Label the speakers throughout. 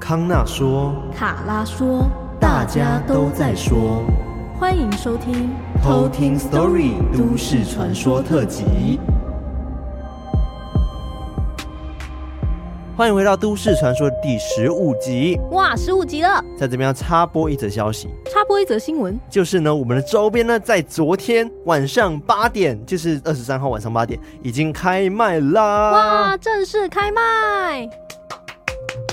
Speaker 1: 康纳说，
Speaker 2: 卡拉说，
Speaker 1: 大家都在说，
Speaker 2: 欢迎收听
Speaker 1: 偷听 Story 都市传说特辑。欢迎回到《都市传说》第十五集，
Speaker 2: 哇，十五集了，
Speaker 1: 在这边要插播一则消息，
Speaker 2: 插播一则新闻，
Speaker 1: 就是呢，我们的周边呢，在昨天晚上八点，就是二十三号晚上八点，已经开卖啦！
Speaker 2: 哇，正式开卖！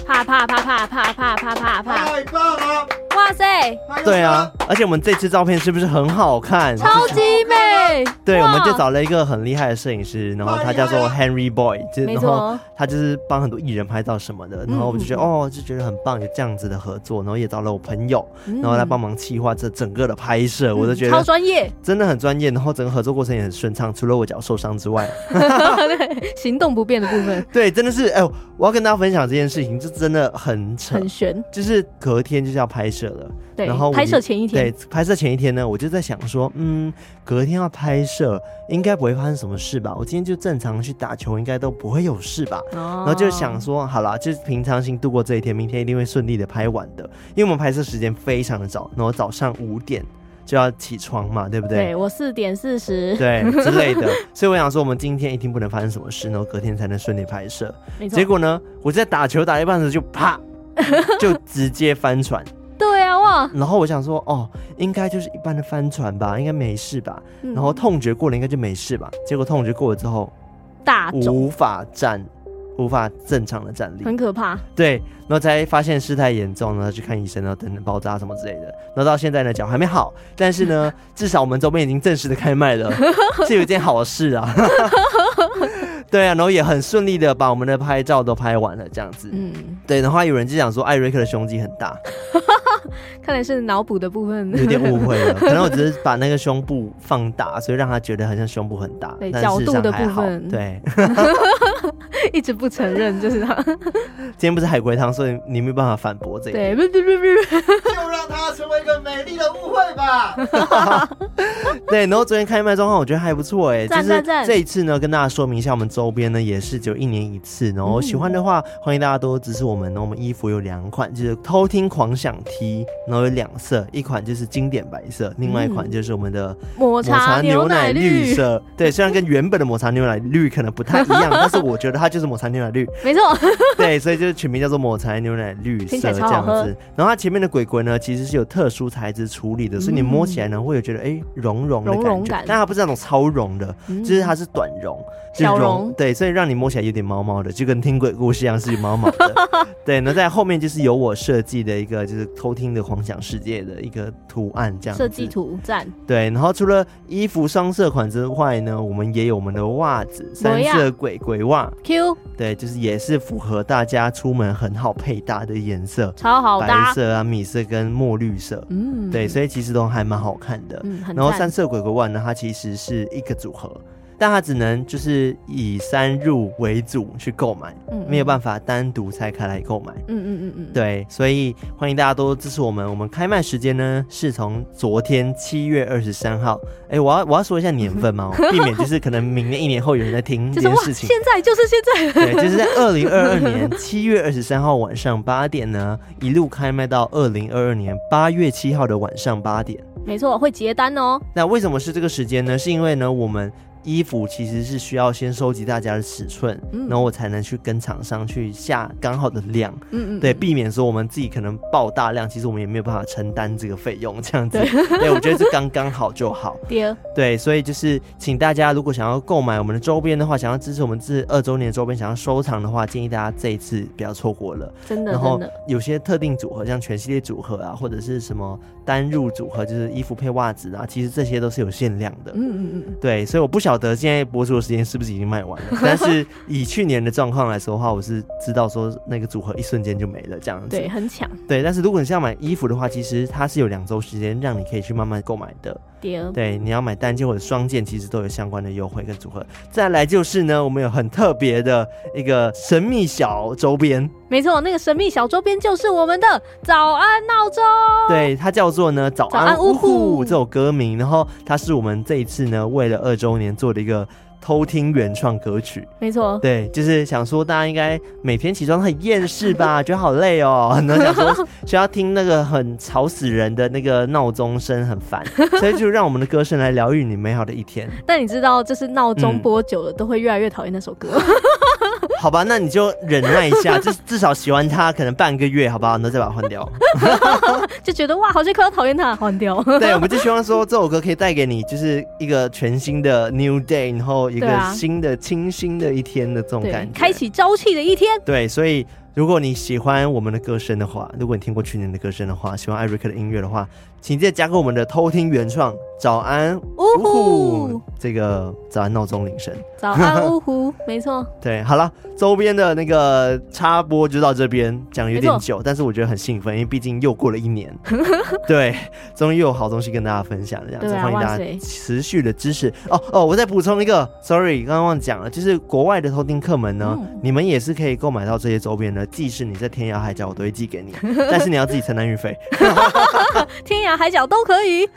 Speaker 2: 啪啪啪啪啪啪啪啪啪！
Speaker 3: 太棒了！
Speaker 2: 哇塞，
Speaker 1: 对啊，而且我们这次照片是不是很好看？
Speaker 2: 超级美！
Speaker 1: 对，我
Speaker 2: 哇
Speaker 1: 们就找了一个很厉害的摄影师，然后他叫做 Henry Boy，就
Speaker 2: 没
Speaker 1: 然
Speaker 2: 错嗯
Speaker 1: 后他就是帮很多艺人拍照什么的，然后我就觉得、哦，就觉得很棒，有这样子的合作，然后也找了我朋友，然后来帮忙企划这整个的拍摄，我就觉
Speaker 2: 嗯超
Speaker 1: 得
Speaker 2: 专业，
Speaker 1: 真的很专业，然后整个合作过程也很顺畅，除了我脚受伤之 外，
Speaker 2: 行动不便的部 分
Speaker 1: 对，真的是哎、我要跟大家分享这件事情，这真的很扯，
Speaker 2: 很悬。
Speaker 1: 就是隔天就是要拍摄了。
Speaker 2: 对
Speaker 1: 然后，我
Speaker 2: 拍摄前一天，
Speaker 1: 对，拍摄前一天呢，我就在想说，嗯，隔天要拍摄，应该不会发生什么事吧？我今天就正常去打球，应该都不会有事吧？
Speaker 2: 然
Speaker 1: 然后就想说，好啦，就是平常心度过这一天，明天一定会顺利的拍完的。因为我们拍摄时间非常的早，然后早上五点就要起床嘛，对不
Speaker 2: 对
Speaker 1: 对？
Speaker 2: 我四点四十，
Speaker 1: 对之类的，所以我想说，我们今天一定不能发生什么事，然后隔天才能顺利拍摄。
Speaker 2: 没错
Speaker 1: 结。果呢，我在打球打一半的时候就 啪，就直接翻船。
Speaker 2: 对啊，哇！
Speaker 1: 然后我想说，哦，应该就是一般的帆船吧，应该没事吧。
Speaker 2: 嗯
Speaker 1: 然后痛觉过了，应该就没事吧。结果痛觉过了之后，
Speaker 2: 大肿，
Speaker 1: 无法站，无法正常的站立，
Speaker 2: 很可怕。
Speaker 1: 对，然后才发现事态严重，然后去看医生，然后等等爆炸什么之类的。然后到现在呢，脚还没好，但是 呢，至少我们周边已经正式的开卖了，是有一件好事啊。 对啊，然后也很顺利的把我们的拍照都拍完了，这样子。
Speaker 2: 嗯，
Speaker 1: 对，然后还有人就想说，艾瑞克的胸肌很大，
Speaker 2: 看来是脑补的部 分
Speaker 1: 有点误会了，可能我只是把那个胸部放大，所以让他觉得好像胸部很大，
Speaker 2: 对
Speaker 1: 但事实上
Speaker 2: 角度的
Speaker 1: 还好
Speaker 2: 部分
Speaker 1: 对，
Speaker 2: 一直不承认，就 是他。
Speaker 1: 今天不是海龟汤，所以你没有办法反驳这个。
Speaker 2: 对，不不不
Speaker 3: 就让它成为一个美丽的误会 吧。
Speaker 1: 对，然后昨天开麦状况我觉得还不错哎，就
Speaker 2: 赞
Speaker 1: 是
Speaker 2: 赞赞
Speaker 1: 这一次呢，跟大家说明一下，我们周边呢也是只有一年一次，然
Speaker 2: 嗯
Speaker 1: 后喜欢的话，欢迎大家多支持我们。然后我们衣服有两款，就是偷听狂想 T，然后有两色，一款就是经典白色，另外一
Speaker 2: 嗯
Speaker 1: 款就是我们的
Speaker 2: 不，抹
Speaker 1: 抹茶
Speaker 2: 茶
Speaker 1: 牛
Speaker 2: 牛
Speaker 1: 奶
Speaker 2: 奶
Speaker 1: 绿
Speaker 2: 绿，
Speaker 1: 色，对，虽然跟原本的抹茶牛奶绿可能不太一样，但是我觉得它就是抹茶牛奶 绿，
Speaker 2: 没错，
Speaker 1: 对，所以就是取名叫做抹茶牛奶绿色
Speaker 2: 听起来
Speaker 1: 这
Speaker 2: 超好
Speaker 1: 样
Speaker 2: 喝
Speaker 1: 子。然后它前面的鬼鬼呢，其实是有特殊材质处理的，所以你摸起来呢，会有觉得哎、绒绒的
Speaker 2: 嗯绒
Speaker 1: 感
Speaker 2: 绒
Speaker 1: 觉
Speaker 2: 感，嗯
Speaker 1: 但它不是那种超绒的，就是它是短绒，就是
Speaker 2: 小
Speaker 1: 绒
Speaker 2: 绒
Speaker 1: 对，所以让你摸起来有点毛毛的，就跟听鬼故事一样是毛毛的。 对，那在后面就是有我设计的一个就是偷听的狂想世界的一个图案这样子
Speaker 2: 设计图赞，
Speaker 1: 对，然后除了衣服双色款之外呢，我们也有我们的袜子，三
Speaker 2: 呀
Speaker 1: 色鬼鬼袜，
Speaker 2: Q
Speaker 1: 对，就是也是符合大家出门很好配搭的颜色，
Speaker 2: 超好
Speaker 1: 白
Speaker 2: 搭，
Speaker 1: 色啊、米色跟墨绿色，
Speaker 2: 嗯，
Speaker 1: 对，，所以其实都还蛮好看的。
Speaker 2: 嗯，很
Speaker 1: 然后三
Speaker 2: 赞，
Speaker 1: 色鬼鬼万呢，它其实是一个组合，但它只能就是以三入为主去购买，
Speaker 2: 嗯
Speaker 1: 没有
Speaker 2: 法，
Speaker 1: 办法单独拆开来购买。
Speaker 2: 嗯嗯嗯嗯，
Speaker 1: 对，所以欢迎大家多支持我们。我们开卖时间呢是从昨天七月二十三号。哎，我要我要说一下年份嘛，哦 避免就是可能明年一年后有人在听
Speaker 2: 就
Speaker 1: 这
Speaker 2: 是
Speaker 1: 件
Speaker 2: 哇，
Speaker 1: 事情。
Speaker 2: 现在就是现在，
Speaker 1: 对，就是在二零二二 年七月二十三号晚上八点呢，一路开卖到二零二二年八月七号的晚上八点。
Speaker 2: 没错，会结单哦，
Speaker 1: 那为什么是这个时间呢？是因为呢，我们衣服其实是需要先收集大家的尺寸，
Speaker 2: 嗯
Speaker 1: 然后我才能去跟厂商去下刚好的量，
Speaker 2: 嗯嗯，
Speaker 1: 对，避免说我们自己可能爆大量，其实我们也没有办法承担这个费用，这样子。对，我觉得这刚刚好就好。
Speaker 2: 第二，
Speaker 1: 对，所以就是请大家如果想要购买我们的周边的话，想要支持我们这二周年的周边，想要收藏的话，建议大家这一次不要错过了。
Speaker 2: 真的
Speaker 1: 然后
Speaker 2: 真的，
Speaker 1: 有些特定组合，像全系列组合啊，或者是什么单入组合，就是衣服配袜子啊，其实这些都是有限量的。
Speaker 2: 嗯嗯嗯嗯，
Speaker 1: 对，所以我不晓得现在播出的时间是不是已经卖 完了，但是以去年的状况来说的话，我是知道说那个组合一瞬间就没了这样子。
Speaker 2: 对，很抢，
Speaker 1: 对，但是如果你是要买衣服的话，其实它是有两周时间让你可以去慢慢购买的。
Speaker 2: 第二，
Speaker 1: 对，你要买单件或者双件，其实都有相关的优惠跟组合。再来就是呢，我们有很特别的一个神秘小周边，
Speaker 2: 没错，那个神秘小周边就是我们的早安闹钟，
Speaker 1: 对，它叫做呢“早
Speaker 2: 早安
Speaker 1: 安呜
Speaker 2: 呜
Speaker 1: 呼
Speaker 2: 呼”
Speaker 1: 这首歌名，然后它是我们这一次呢为了二周年做的一个偷听原创歌曲。
Speaker 2: 没错，
Speaker 1: 对，就是想说大家应该每天起床都很厌世 吧，觉得好累哦。然后想说需要听那个很吵死人的那个闹钟声很 烦，所以就让我们的歌声来疗愈你美好的一天。
Speaker 2: 但你知道，就是闹钟
Speaker 1: 嗯
Speaker 2: 播久了都会越来越讨厌那首歌。
Speaker 1: 好吧，那你就忍耐一下，至至少喜欢它可能半个月，好不好？然后再把它换 掉。
Speaker 2: 就觉得哇，好像快要讨厌他，换 掉。
Speaker 1: 对，我们就希望说这首歌可以带给你就是一个全新的 new day，然后一
Speaker 2: 对
Speaker 1: 个
Speaker 2: 啊
Speaker 1: 新的清新的一天的这种
Speaker 2: 对
Speaker 1: 感，觉。
Speaker 2: 开启朝气的一天。
Speaker 1: 对，所以如果你喜欢我们的歌声的话，如果你听过去年的歌声的话，喜欢艾瑞克的音乐的话，请记得加入我们的偷听原创早安
Speaker 2: 呜
Speaker 1: 呜呼
Speaker 2: 呼，
Speaker 1: 这个早安闹钟铃声。
Speaker 2: 早安呜呼， 没错，
Speaker 1: 对，好了，周边的那个插播就到这边，讲有
Speaker 2: 没
Speaker 1: 点
Speaker 2: 错
Speaker 1: 久，但是我觉得很兴奋，因为毕竟又过了一 年，对，终于又有好东西跟大家分享了，这样子、
Speaker 2: 对啊
Speaker 1: 欢迎
Speaker 2: 哇
Speaker 1: 大家
Speaker 2: 塞
Speaker 1: 持续的支持。哦哦，我再补充一个，sorry，刚刚忘讲了，就是国外的偷听客们呢，
Speaker 2: 嗯
Speaker 1: 你们也是可以购买到这些周边的，即使你在天涯海角，我都会寄 给你，但是你要自己承担运费。
Speaker 2: 天涯海角都可以。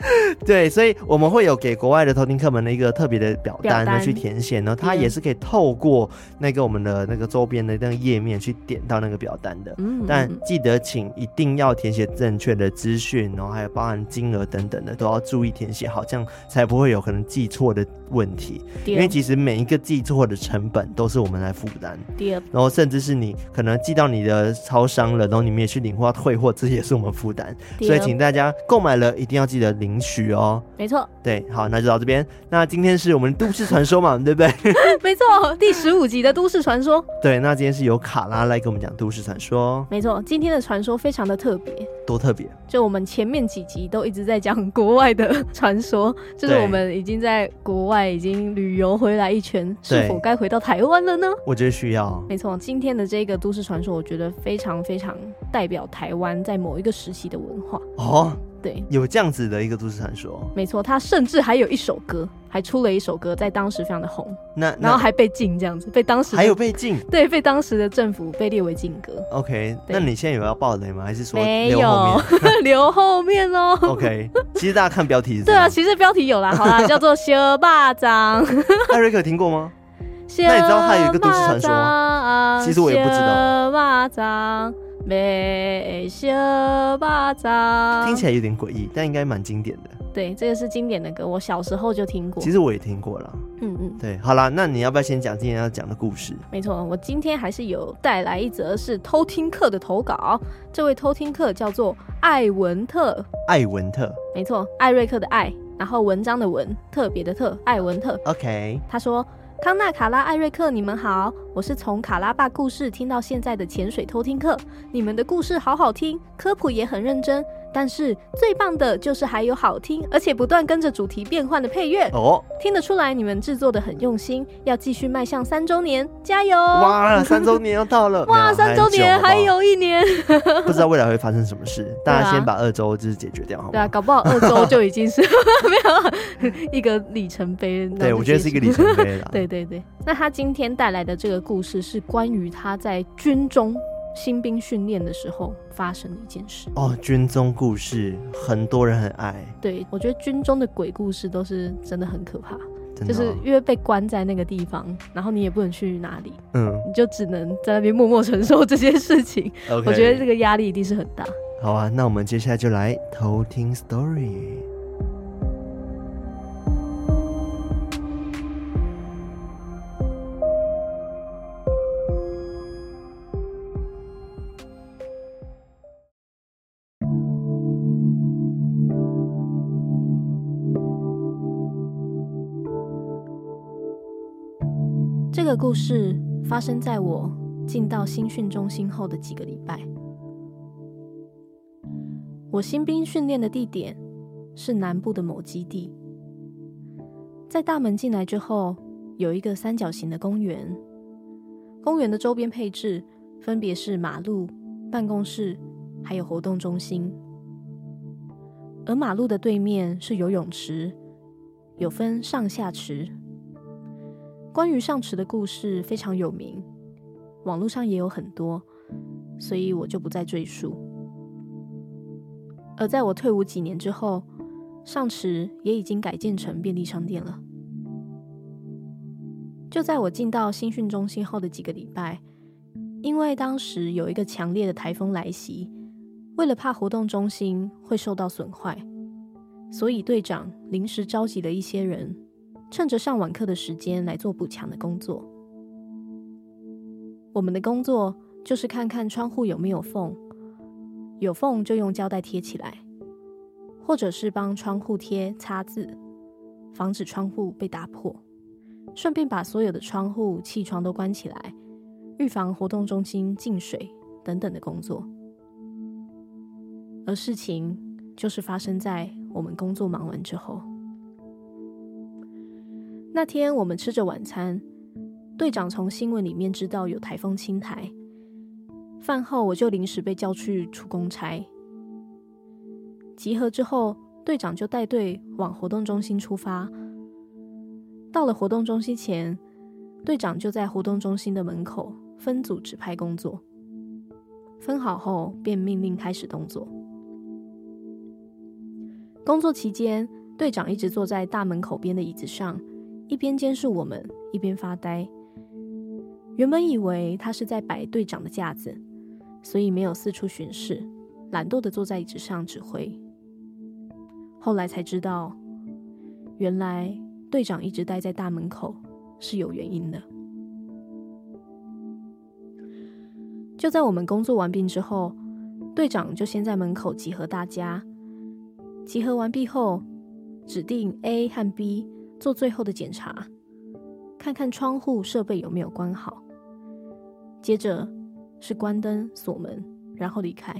Speaker 1: 对，所以我们会有给国外的偷听客们的一个特别的表单
Speaker 2: 表
Speaker 1: 呢，
Speaker 2: 单
Speaker 1: 去填写呢，它
Speaker 2: 嗯
Speaker 1: 也是可以透过那个我们的那个周边的那个页面去点到那个表单的。
Speaker 2: 嗯，
Speaker 1: 但记得请一定要填写正确的资讯，然后还有包含金额等等的都要注意填写，好这样才不会有可能记错的问题。因为
Speaker 2: 点
Speaker 1: 其实每一个记错的成本都是我们来负担，
Speaker 2: 点，
Speaker 1: 然后甚至是你可能寄到你的超商了，然后你们也去领货退货，这也是我们负担。所以
Speaker 2: 对哦
Speaker 1: 请大家购买了一定要记得领取哦。
Speaker 2: 没错，
Speaker 1: 对，好，那就到这边。那今天是我们都市传说嘛，对 不对？
Speaker 2: 没错，第十五集的都市传说，
Speaker 1: 对，那今天是由卡拉来给我们讲都市传说，
Speaker 2: 没错，今天的传说非常的特别。
Speaker 1: 多特别。
Speaker 2: 就我们前面几集都一直在讲国外的传说，就是
Speaker 1: 对
Speaker 2: 我们已经在国外已经旅游回来一圈，是否
Speaker 1: 对
Speaker 2: 该回到台湾了呢？
Speaker 1: 我觉得需要，
Speaker 2: 没错，今天的这个都市传说，我觉得非常非常代表台湾在某一个时期的文化。
Speaker 1: 哦，
Speaker 2: 对，
Speaker 1: 有这样子的一个都市传说，
Speaker 2: 没错，他甚至还有一首歌，还出了一首歌，在当时非常的红，
Speaker 1: 那
Speaker 2: 然
Speaker 1: 那
Speaker 2: 后还被禁这样子，被当时的
Speaker 1: 还有被禁。
Speaker 2: 对被当时的政府被列为禁歌，
Speaker 1: OK，
Speaker 2: 对
Speaker 1: 那你现在有要爆雷吗？还是说
Speaker 2: 没
Speaker 1: 留后
Speaker 2: 有
Speaker 1: 面
Speaker 2: 留后面哦。
Speaker 1: ？OK，其实大家看标题是这
Speaker 2: 对啊，
Speaker 1: 样。
Speaker 2: 其实标题有啦，好啦，叫做“小霸 掌”。
Speaker 1: 艾瑞克有听过吗？
Speaker 2: 那
Speaker 1: 你知道它有一个都市传说
Speaker 2: 吗
Speaker 1: 其实我也不知道
Speaker 2: 小霸掌，没小霸掌。
Speaker 1: 听起来有点诡异，但应该蛮经典的。
Speaker 2: 对，这个是经典的歌，我小时候就听过
Speaker 1: 其。实我也听过啦。
Speaker 2: 嗯嗯，
Speaker 1: 对，好啦，那你要不要先讲今天要讲的故事？
Speaker 2: 没错，我今天还是有带来一则是偷听客的投稿。这位偷听客叫做艾文特，
Speaker 1: 艾文特
Speaker 2: 没错，艾瑞克的艾，然后文章的文，特别的特，艾文特。
Speaker 1: ，OK，
Speaker 2: 他说：“康纳、卡拉、艾瑞克，你们好，我是从卡拉爸故事听到现在的潜水偷听课。你们的故事好好听，科普也很认真，但是最棒的就是还有好听，而且不断跟着主题变换的配乐。
Speaker 1: 哦，
Speaker 2: 听得出来你们制作的很用心，要继续迈向三周年，加油！”
Speaker 1: 哇，三周年要到了，没
Speaker 2: 哦 哇，
Speaker 1: 有
Speaker 2: 三周年还，
Speaker 1: 很久
Speaker 2: 有一年，
Speaker 1: 好不好不知道未来会发生什么事，大家先把二周就是解决掉，好
Speaker 2: 啊对啊，
Speaker 1: 吗？
Speaker 2: 搞不好二周就已经是 没有一个里程碑。
Speaker 1: 对，我觉得是一个
Speaker 2: 里。
Speaker 1: 里程碑 啦。
Speaker 2: 对对对，那他今天带来的这个故事是关于他在军中新兵训练的时候发生的一件事。
Speaker 1: 哦，军中故事很多人很爱，
Speaker 2: 对，我觉得军中的鬼故事都是真的很可怕，
Speaker 1: 真的
Speaker 2: 就是
Speaker 1: 哦，
Speaker 2: 因为被关在那个地方，然后你也不能去哪里，
Speaker 1: 嗯
Speaker 2: 你就只能在那边默默承受这些事情。
Speaker 1: ，OK，
Speaker 2: 我觉得这个压力一定是很大。
Speaker 1: 好啊，那我们接下来就来偷听 story。
Speaker 2: 这个故事发生在我进到新训中心后的几个礼拜。我新兵训练的地点是南部的某基地，在大门进来之后，有一个三角形的公园。公园的周边配置分别是马路、办公室，还有活动中心。而马路的对面是游泳池，有分上下池关于上池的故事非常有名，网络上也有很多，所以我就不再赘述。而在我退伍几年之后，上池也已经改建成便利商店了。就在我进到新训中心后的几个礼拜，因为当时有一个强烈的台风来袭，为了怕活动中心会受到损坏，所以队长临时召集了一些人，趁着上晚课的时间来做补强的工作。我们的工作就是看看窗户有没有缝，有缝就用胶带贴起来，或者是帮窗户贴擦字，防止窗户被打破。顺便把所有的窗户、气窗都关起来，预防活动中心进水等等的工作。而事情就是发生在我们工作忙完之后。那天我们吃着晚餐，队长从新闻里面知道有台风侵台，饭后我就临时被叫去出公差。集合之后，队长就带队往活动中心出发。到了活动中心前，队长就在活动中心的门口分组指派工作。分好后，便命令开始动作。工作期间，队长一直坐在大门口边的椅子上，一边监视我们，一边发呆。原本以为他是在摆队长的架子，所以没有四处巡视，懒惰的坐在椅子上指挥。后来才知道，原来队长一直待在大门口是有原因的。就在我们工作完毕之后，队长就先在门口集合大家。集合完毕后，指定 A 和 B 做最后的检查，看看窗户设备有没有关好。接着是关灯、锁门，然后离开。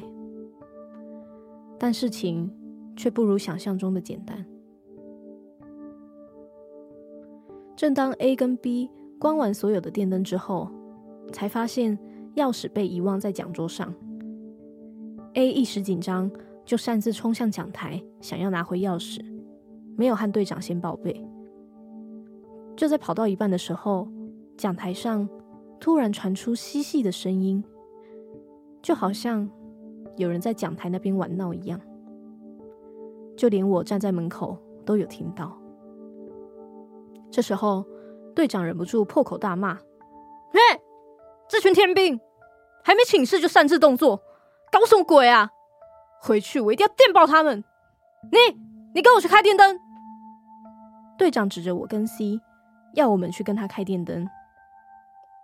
Speaker 2: 但事情却不如想象中的简单。正当 A 跟 B 关完所有的电灯之后，才发现钥匙被遗忘在讲桌上。A 一时紧张，就擅自冲向讲台，想要拿回钥匙，没有和队长先报备。就在跑到一半的时候，讲台上突然传出嬉戏的声音，就好像有人在讲台那边玩闹一样。就连我站在门口都有听到。这时候，队长忍不住破口大骂：“嘿，这群天兵，还没请示就擅自动作，搞什么鬼啊！回去我一定要电爆他们！你，你跟我去开电灯！”队长指着我跟 C，要我们去跟他开电灯。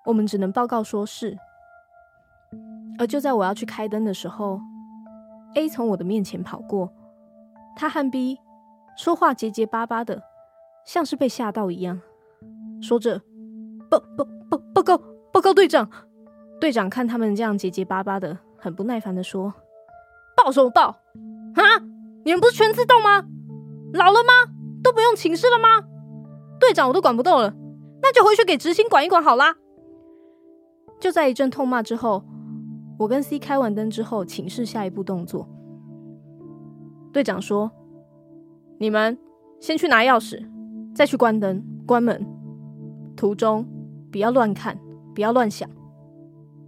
Speaker 2: 我们只能报告说是。而就在我要去开灯的时候，A 从我的面前跑过，他和 B 说话结结巴巴的。像是被吓到一样，说着：“报报报报告报告队长！”队长看他们这样结结巴巴的，很不耐烦的说：“报什么报？啊！你们不是全自动吗？老了吗？都不用请示了吗？队长我都管不动了，那就回去给执行管一管好啦。”就在一阵痛骂之后，我跟 C 开完灯之后，请示下一步动作。队长说：“你们先去拿钥匙。”再去关灯、关门，途中不要乱看，不要乱想，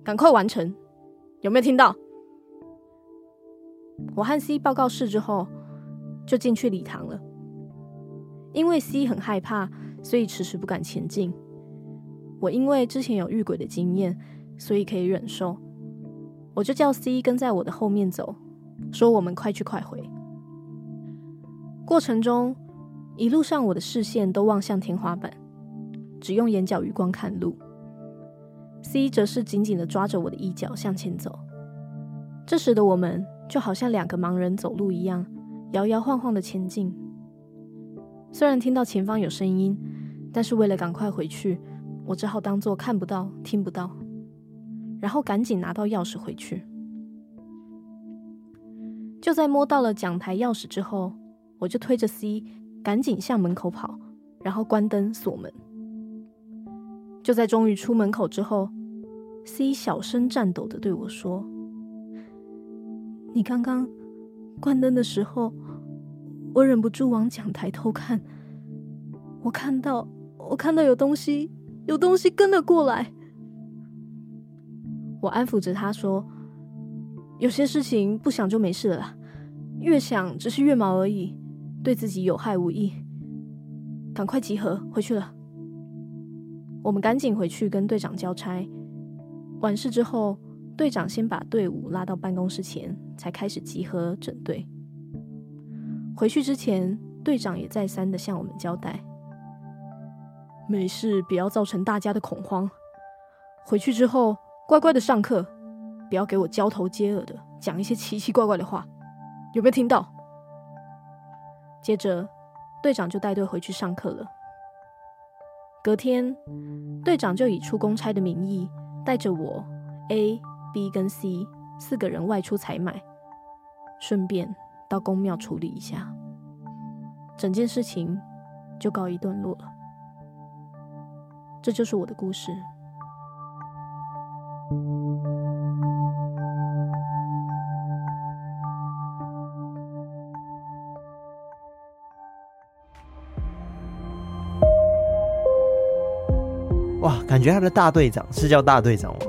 Speaker 2: 赶快完成。有没有听到？我和 C 报告事之后，就进去礼堂了。因为 C 很害怕，所以迟迟不敢前进。我因为之前有遇鬼的经验，所以可以忍受。我就叫 C 跟在我的后面走，说我们快去快回。过程中。一路上，我的视线都望向天花板，只用眼角余光看路。C 则是紧紧的抓着我的衣角向前走。这时的我们就好像两个盲人走路一样，摇摇晃晃的前进。虽然听到前方有声音，但是为了赶快回去，我只好当做看不到、听不到，然后赶紧拿到钥匙回去。就在摸到了讲台钥匙之后，我就推着 C。赶紧向门口跑，然后关灯锁门。就在终于出门口之后，C 小声颤抖的对我说：“你刚刚关灯的时候，我忍不住往讲台偷看，我看到，我看到有东西，有东西跟了过来。”我安抚着他说：“有些事情不想就没事了啦，越想只是越毛而已。”对自己有害无益，赶快集合回去了。我们赶紧回去跟队长交差。完事之后，队长先把队伍拉到办公室前，才开始集合整队。回去之前，队长也再三的向我们交代：没事，不要造成大家的恐慌。回去之后，乖乖的上课，不要给我交头接耳的讲一些奇奇怪怪的话，有没有听到？接着，队长就带队回去上课了。隔天，队长就以出公差的名义，带着我、A、B 跟 C 四个人外出采买，顺便到公庙处理一下。整件事情就告一段落了。这就是我的故事。
Speaker 1: 哇，感觉他的大队长是叫大队长吗？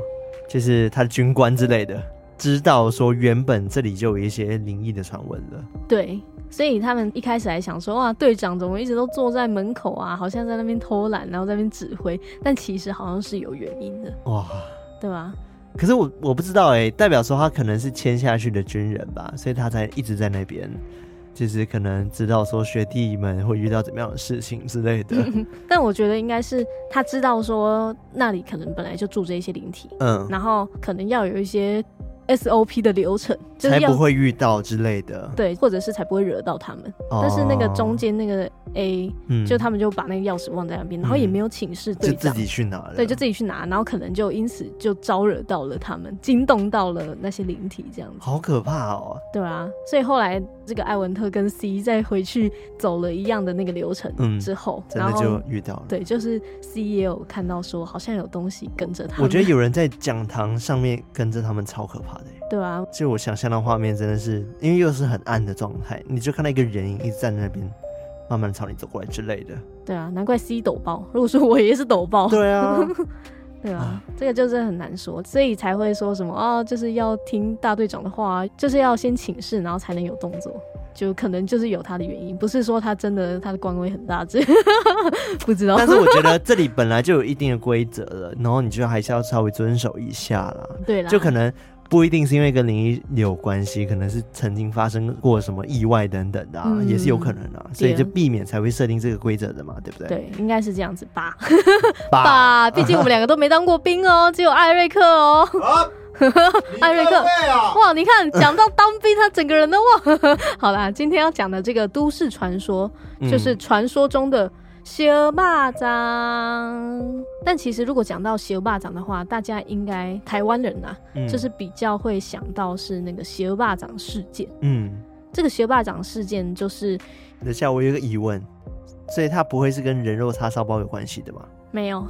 Speaker 1: 就是他的军官之类的，知道说原本这里就有一些灵异的传闻了。
Speaker 2: 对，所以他们一开始还想说，哇，队长怎么一直都坐在门口啊，好像在那边偷懒，然后在那边指挥，但其实好像是有原因的，
Speaker 1: 哇，
Speaker 2: 对吧？
Speaker 1: 可是我我不知道哎、代表说他可能是签下去的军人吧，所以他才一直在那边，就是可能知道说学弟们会遇到怎么样的事情之类的。
Speaker 2: 但我觉得应该是他知道说那里可能本来就住着一些灵体，
Speaker 1: 嗯，
Speaker 2: 然后可能要有一些 SOP 的流程，就是
Speaker 1: 才
Speaker 2: 要
Speaker 1: 不会遇到之类的。
Speaker 2: 对，或者是才不会惹到他们。
Speaker 1: 哦
Speaker 2: 但是那个中，间那个 A，、
Speaker 1: 嗯
Speaker 2: 就他们就把那个钥匙忘在那边，然后也没有请示
Speaker 1: 就
Speaker 2: 队
Speaker 1: 自
Speaker 2: 长。
Speaker 1: 己去拿了。
Speaker 2: 对，就自己去拿，然后可能就因此就招惹到了他们，惊动到了那些灵体，这样子。
Speaker 1: 好可怕哦。
Speaker 2: 对啊，所以后来这个艾文特跟 C 再回去走了一样的那个流程
Speaker 1: 嗯
Speaker 2: 之后，
Speaker 1: 真
Speaker 2: 然
Speaker 1: 的
Speaker 2: 后
Speaker 1: 就遇到了。
Speaker 2: 对，就是 C 也有看到说好像有东西跟着他们，
Speaker 1: 我觉得有人在讲堂上面跟着他们，超可怕的欸。
Speaker 2: 对啊，
Speaker 1: 就我想象的画面，真的是因为又是很暗的状态，你就看到一个人影一直站在那边，慢慢地朝你走过来之类的。
Speaker 2: 对啊，难怪 C 抖爆，如果说我也是抖爆，
Speaker 1: 对 啊，
Speaker 2: 对啊
Speaker 1: 啊，
Speaker 2: 这个就是很难说，所以才会说什么啊，就是要听大队长的话，就是要先请示，然后才能有动作，就可能就是有他的原因，不是说他真的他的官威很大，这 不知道
Speaker 1: 但。是我觉得这里本来就有一定的规则了，然后你就还是要稍微遵守一下啦。
Speaker 2: 对啦，
Speaker 1: 就可能不一定是因为跟灵异有关系，可能是曾经发生过什么意外等等的、啊，
Speaker 2: 嗯
Speaker 1: 也是有可能的、啊，所以
Speaker 2: 对
Speaker 1: 就
Speaker 2: 啊
Speaker 1: 避免才会设定这个规则的嘛，对不对？啊
Speaker 2: 对，应该是这样子吧。
Speaker 1: 吧，
Speaker 2: 吧，毕竟我们两个都没当过兵哦，只有艾瑞克哦。
Speaker 3: 啊，
Speaker 2: 艾瑞克
Speaker 3: 你各位啊，
Speaker 2: 哇，你看讲到当兵，他整个人都哇。 好啦，今天要讲的这个都市传说，
Speaker 1: 嗯
Speaker 2: 就是传说中的蛇霸掌。但其实如果讲到蛇霸掌的话，大家应该台湾人啊，
Speaker 1: 嗯
Speaker 2: 就是比较会想到是那个蛇霸掌事件。
Speaker 1: 嗯，
Speaker 2: 这个蛇霸掌事件就是
Speaker 1: 等下我有一个疑问，所以它不会是跟人肉叉烧包有关系的 吧？
Speaker 2: 没有，，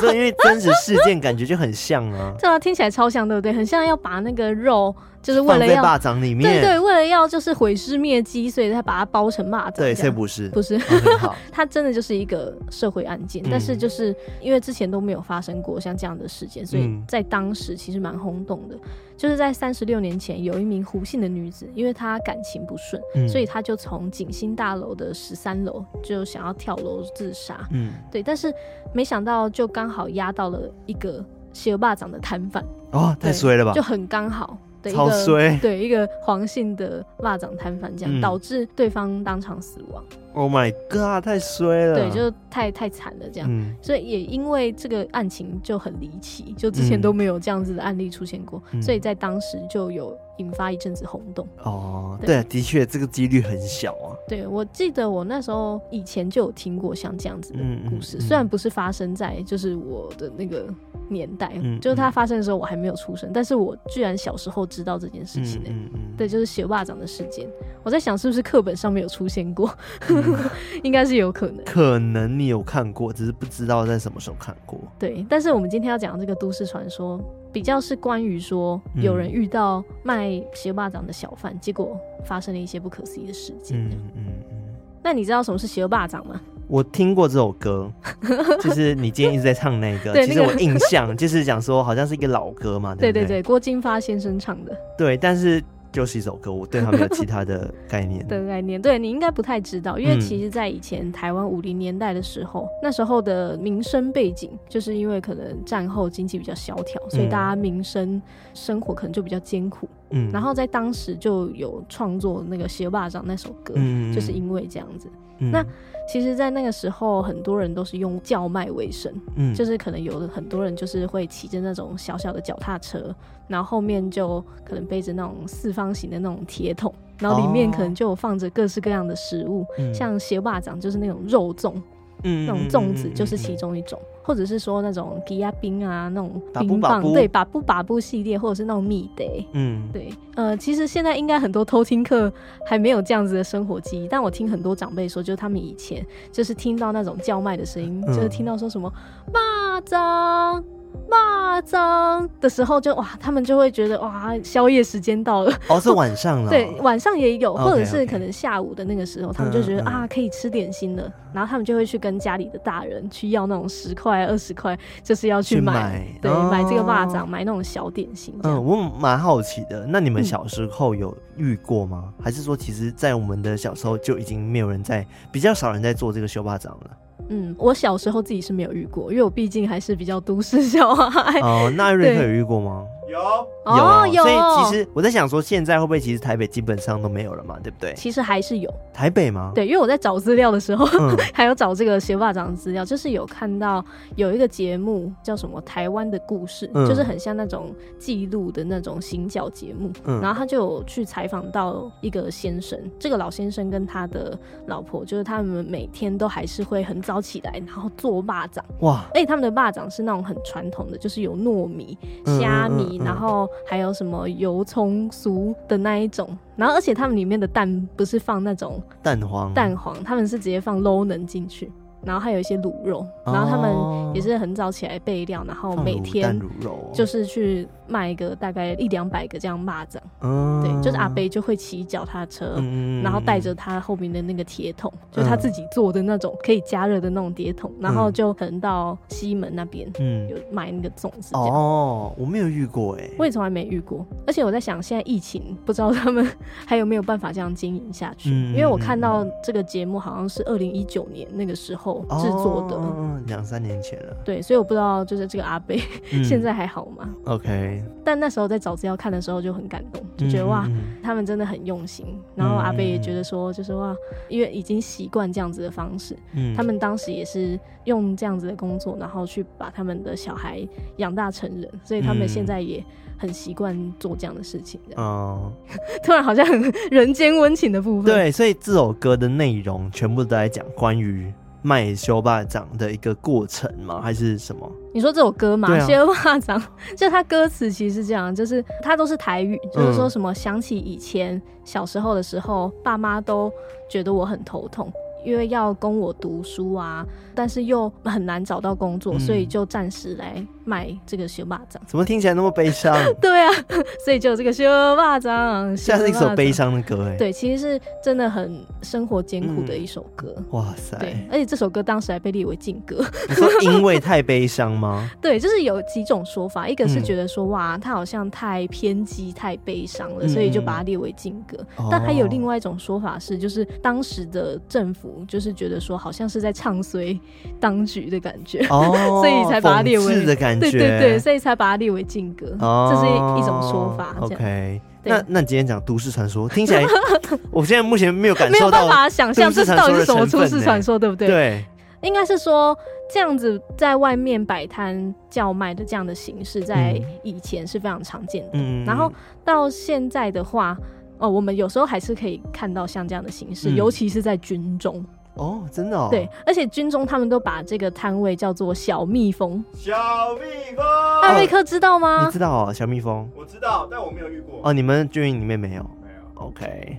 Speaker 1: 所以因为真实事件感觉就很像啊
Speaker 2: 这听起来超像，对不对？很像要把那个肉， 就是为
Speaker 1: 放
Speaker 2: 了
Speaker 1: 在
Speaker 2: 要
Speaker 1: 霸掌里
Speaker 2: 对
Speaker 1: 面，
Speaker 2: 对，为了要就是毁尸灭迹，所以才把它包成蚂蚱。
Speaker 1: 对
Speaker 2: 这
Speaker 1: 所以
Speaker 2: 样
Speaker 1: 不是，
Speaker 2: 不是，
Speaker 1: OK，好，
Speaker 2: 它真的就是一个社会案件，
Speaker 1: 嗯
Speaker 2: 但是就是因为之前都没有发生过像这样的事件，所以
Speaker 1: 嗯
Speaker 2: 在当时其实蛮轰动的。就是在三十六年前，有一名胡姓的女子，因为她感情不顺，
Speaker 1: 嗯
Speaker 2: 所以她就从景星大楼的十三楼就想要跳楼自杀。
Speaker 1: 嗯，
Speaker 2: 对，但是没想到就刚好压到了一个邪恶霸掌的摊贩，
Speaker 1: 哦，太衰了吧
Speaker 2: 就，很刚好的一
Speaker 1: 超
Speaker 2: 个
Speaker 1: 衰
Speaker 2: 对一个黄姓的蚂蚱摊贩这样，
Speaker 1: 嗯
Speaker 2: 导致对方当场死亡，
Speaker 1: ，Oh my god，太衰了，
Speaker 2: 对，就是太太惨了这样。
Speaker 1: 嗯
Speaker 2: 所以也因为这个案情就很离奇，就之前
Speaker 1: 嗯
Speaker 2: 都没有这样子的案例出现过，
Speaker 1: 嗯
Speaker 2: 所以在当时就有引发一阵子轰动。
Speaker 1: 哦，
Speaker 2: 对
Speaker 1: 对啊，的确这个几率很小啊，
Speaker 2: 对我记得我那时候以前就有听过像这样子的
Speaker 1: 嗯嗯
Speaker 2: 故事，
Speaker 1: 嗯
Speaker 2: 虽然不是发生在就是我的那个年代，
Speaker 1: 嗯
Speaker 2: 就是它发生的时候我还没有出生，但是我居然小时候知道这件事情、欸
Speaker 1: 嗯嗯
Speaker 2: 对，就是学霸掌的事件。我在想是不是课本上面有出现过，应该是有可 能。
Speaker 1: 可能你有看过，只是不知道在什么时候看过。
Speaker 2: 对，但是我们今天要讲的这个都市传说，比较是关于说
Speaker 1: 嗯
Speaker 2: 有人遇到卖学霸掌的小贩，结果发生了一些不可思议的事件。
Speaker 1: 嗯嗯嗯，
Speaker 2: 那你知道什么是学霸掌吗？
Speaker 1: 我听过这首歌，就是你今天一直在唱那个。
Speaker 2: 对
Speaker 1: 其
Speaker 2: 那
Speaker 1: 实
Speaker 2: 个
Speaker 1: 我印象就是讲说，好像是一个老歌嘛，
Speaker 2: 对
Speaker 1: 对
Speaker 2: 对
Speaker 1: 不对
Speaker 2: 对，郭金发先生唱的。
Speaker 1: 对但是就是一首歌，我对它没有其他的概念。
Speaker 2: 的概念， 对你应该不太知道，因为
Speaker 1: 嗯
Speaker 2: 其实，在以前台湾五零年代的时候，那时候的民生背景，就是因为可能战后经济比较萧条，所以
Speaker 1: 嗯
Speaker 2: 大家民生生活可能就比较艰苦。
Speaker 1: 嗯
Speaker 2: 然后在当时就有创作那个《斜霸掌》那首歌，
Speaker 1: 嗯
Speaker 2: 就是因为这样子。
Speaker 1: 嗯
Speaker 2: 那其实，在那个时候，很多人都是用叫卖为生，
Speaker 1: 嗯
Speaker 2: 就是是可能有的很多人就是会骑着那种小小的脚踏车，然后后面就可能背着那种四方形的那种铁桶，然后里面
Speaker 1: 哦
Speaker 2: 可能就有放着各式各样的食物，
Speaker 1: 嗯
Speaker 2: 像斜霸掌就是那种肉粽，
Speaker 1: 那
Speaker 2: 那种粽
Speaker 1: 嗯
Speaker 2: 子就是其中一种，或者是说那种吉亚冰啊，那种
Speaker 1: 把布
Speaker 2: 冰
Speaker 1: 把
Speaker 2: 棒，
Speaker 1: 布
Speaker 2: 对，把布把布系列，或者是那种米得。
Speaker 1: 嗯
Speaker 2: 对，呃，其实现在应该很多偷听课还没有这样子的生活记忆，但我听很多长辈说，就是他们以前就是听到那种叫卖的声音，
Speaker 1: 嗯
Speaker 2: 就是听到说什么“蚂蚱”。蚂蚱的时候就哇，他们就会觉得哇，宵夜时间到了。
Speaker 1: 哦是晚上了，
Speaker 2: 对，晚上也有，
Speaker 1: OK，
Speaker 2: 或者是
Speaker 1: OK
Speaker 2: 可能下午的那个时候，他们就觉得
Speaker 1: 嗯嗯
Speaker 2: 啊，可以吃点心了，然后他们就会去跟家里的大人去要那种十块、二十块，就是要去
Speaker 1: 去
Speaker 2: 买
Speaker 1: 买，
Speaker 2: 对，买这个蚂蚱，
Speaker 1: 哦
Speaker 2: 买那种小点心这样
Speaker 1: 嗯，。我蛮好奇的。那你们
Speaker 2: 嗯
Speaker 1: 小时候有遇过吗？还是说，其实，在我们的小时候就已经没有人在，比较少人在做这个修巴掌了？
Speaker 2: 嗯，我小时候自己是没有遇过，因为我毕竟还是比较都市小孩。
Speaker 1: 哦，那瑞克
Speaker 2: 对
Speaker 1: 有遇过吗？
Speaker 3: 有
Speaker 1: 哦
Speaker 2: 有，
Speaker 1: 所以其实我在想说，现在会不会其实台北基本上都没有了嘛？对不对？
Speaker 2: 其实还是有，
Speaker 1: 台北吗？，
Speaker 2: 对，因为我在找资料的时候，
Speaker 1: 嗯
Speaker 2: 还有找这个学霸长的资料，就是有看到有一个节目叫什么《台湾的故事》，
Speaker 1: 嗯
Speaker 2: 就是很像那种记录的那种行脚节目。
Speaker 1: 嗯，
Speaker 2: 然后他就有去采访到一个先生，这个老先生跟他的老婆，就是他们每天都还是会很早起来，然后做蚂蚱。
Speaker 1: 哇，
Speaker 2: 而且哎他们的霸掌是那种很传统的，就是有糯米、
Speaker 1: 嗯
Speaker 2: 虾
Speaker 1: 嗯
Speaker 2: 米，
Speaker 1: 嗯嗯
Speaker 2: 然后还有什么油葱酥的那一种。然后而且他们里面的蛋不是放那种
Speaker 1: 蛋黄，
Speaker 2: 蛋黄，他们是直接放 low 能进去。然后还有一些卤肉，
Speaker 1: 哦，
Speaker 2: 然后他们也是很早起来备料，然后
Speaker 1: 放
Speaker 2: 每
Speaker 1: 卤蛋
Speaker 2: 天
Speaker 1: 卤肉，
Speaker 2: 就是是去卖个大概一两百个这样蚂蚱。
Speaker 1: 嗯
Speaker 2: 对，就是阿，贝就会骑脚踏车。
Speaker 1: 嗯
Speaker 2: 然后带着他后面的那个铁桶，就是他自己做的那种可以加热的那种铁桶，然后就可能到西门那边
Speaker 1: 嗯
Speaker 2: 有买那个粽子这样。
Speaker 1: 哦，我没有遇过哎，
Speaker 2: 我也从来没遇过，而且我在想，现在疫情不知道他们 还有没有办法这样经营下去，
Speaker 1: 嗯
Speaker 2: 因为我看到这个节目好像是二零一九年那个时候制作的，
Speaker 1: 哦嗯两三年前了，
Speaker 2: 对，所以我不知道就是这个阿贝
Speaker 1: 嗯
Speaker 2: 现在还好吗？
Speaker 1: OK，
Speaker 2: 但那时候在找资料看的时候就很感动，就觉得
Speaker 1: 嗯
Speaker 2: 哇，，
Speaker 1: 嗯
Speaker 2: 他们真的很用心。然后阿贝也
Speaker 1: 嗯
Speaker 2: 觉
Speaker 1: 嗯
Speaker 2: 得说，就是哇，因为已经习惯这样子的方式，
Speaker 1: 嗯
Speaker 2: 他们当时也是用这样子的工作，然后去把他们的小孩养大成人，所以他们
Speaker 1: 嗯
Speaker 2: 现在也很习惯做这样的事情。这样
Speaker 1: 哦，
Speaker 2: 突然好像很人间温情的部分，，
Speaker 1: 对，所以这首歌的内容全部都在讲关于卖修霸掌的一个过程吗？还是什么？
Speaker 2: 你说这首歌嘛，
Speaker 1: 对啊
Speaker 2: 《邪恶霸掌》，就它歌词其实是这样，就是它都是台语，就是
Speaker 1: 嗯
Speaker 2: 说什么想起以前小时候的时候，爸妈都觉得我很头痛。因为要供我读书啊，但是又很难找到工作，
Speaker 1: 嗯
Speaker 2: 所以就暂时来卖这个学霸掌。
Speaker 1: 怎么听起来那么悲 伤？
Speaker 2: 对啊，所以就有这个修霸掌，
Speaker 1: 像是一
Speaker 2: 修霸
Speaker 1: 首
Speaker 2: 掌
Speaker 1: 悲。伤的歌哎。，
Speaker 2: 对，其实是真的很生活艰苦的一首歌。
Speaker 1: 哇塞，
Speaker 2: 对，而且这首歌当时还被列为禁歌。
Speaker 1: 你说因为太悲伤吗？
Speaker 2: 对，就是有几种说法，一个是
Speaker 1: 嗯
Speaker 2: 觉得说、哇，它好像太偏激、太悲伤了，
Speaker 1: 嗯
Speaker 2: 所以就把它列为禁歌。
Speaker 1: 哦
Speaker 2: 但还有另外一种说法是，就是当时的政府就是觉得说好像是在唱衰当局的感觉。
Speaker 1: 哦，
Speaker 2: 所以才把它列为
Speaker 1: 讽刺的感觉，
Speaker 2: 对对对，所以才把它列为禁歌，
Speaker 1: 哦，
Speaker 2: 这是一种说法。这样
Speaker 1: OK，
Speaker 2: 对
Speaker 1: 那那你今天讲都市传说，听起 来我现在目前没有感
Speaker 2: 没
Speaker 1: 受
Speaker 2: 有
Speaker 1: 到
Speaker 2: 办，法想象
Speaker 1: 都
Speaker 2: 这
Speaker 1: 市传
Speaker 2: 到
Speaker 1: 说
Speaker 2: 底
Speaker 1: 的
Speaker 2: 是什么
Speaker 1: 成
Speaker 2: 都
Speaker 1: 分
Speaker 2: 市
Speaker 1: 呢
Speaker 2: 传说，对不对？
Speaker 1: 对，
Speaker 2: 应该是说这样子在外面摆摊叫卖的这样的形式，在
Speaker 1: 嗯
Speaker 2: 以前是非常常见的。
Speaker 1: 嗯，
Speaker 2: 然后到现在的话，哦，我们有时候还是可以看到像这样的形式，
Speaker 1: 嗯
Speaker 2: 尤其是在军中。
Speaker 1: 哦，真的哦，
Speaker 2: 对，，而且军中他们都把这个摊位叫做小蜜蜂。
Speaker 3: 小蜜蜂，
Speaker 1: 哦
Speaker 2: 艾瑞克知道吗？
Speaker 1: 你知道哦，小蜜蜂哦
Speaker 3: 我知道，但我没有遇过。
Speaker 1: 哦，你们军营里面没有
Speaker 3: 没有
Speaker 1: ？OK，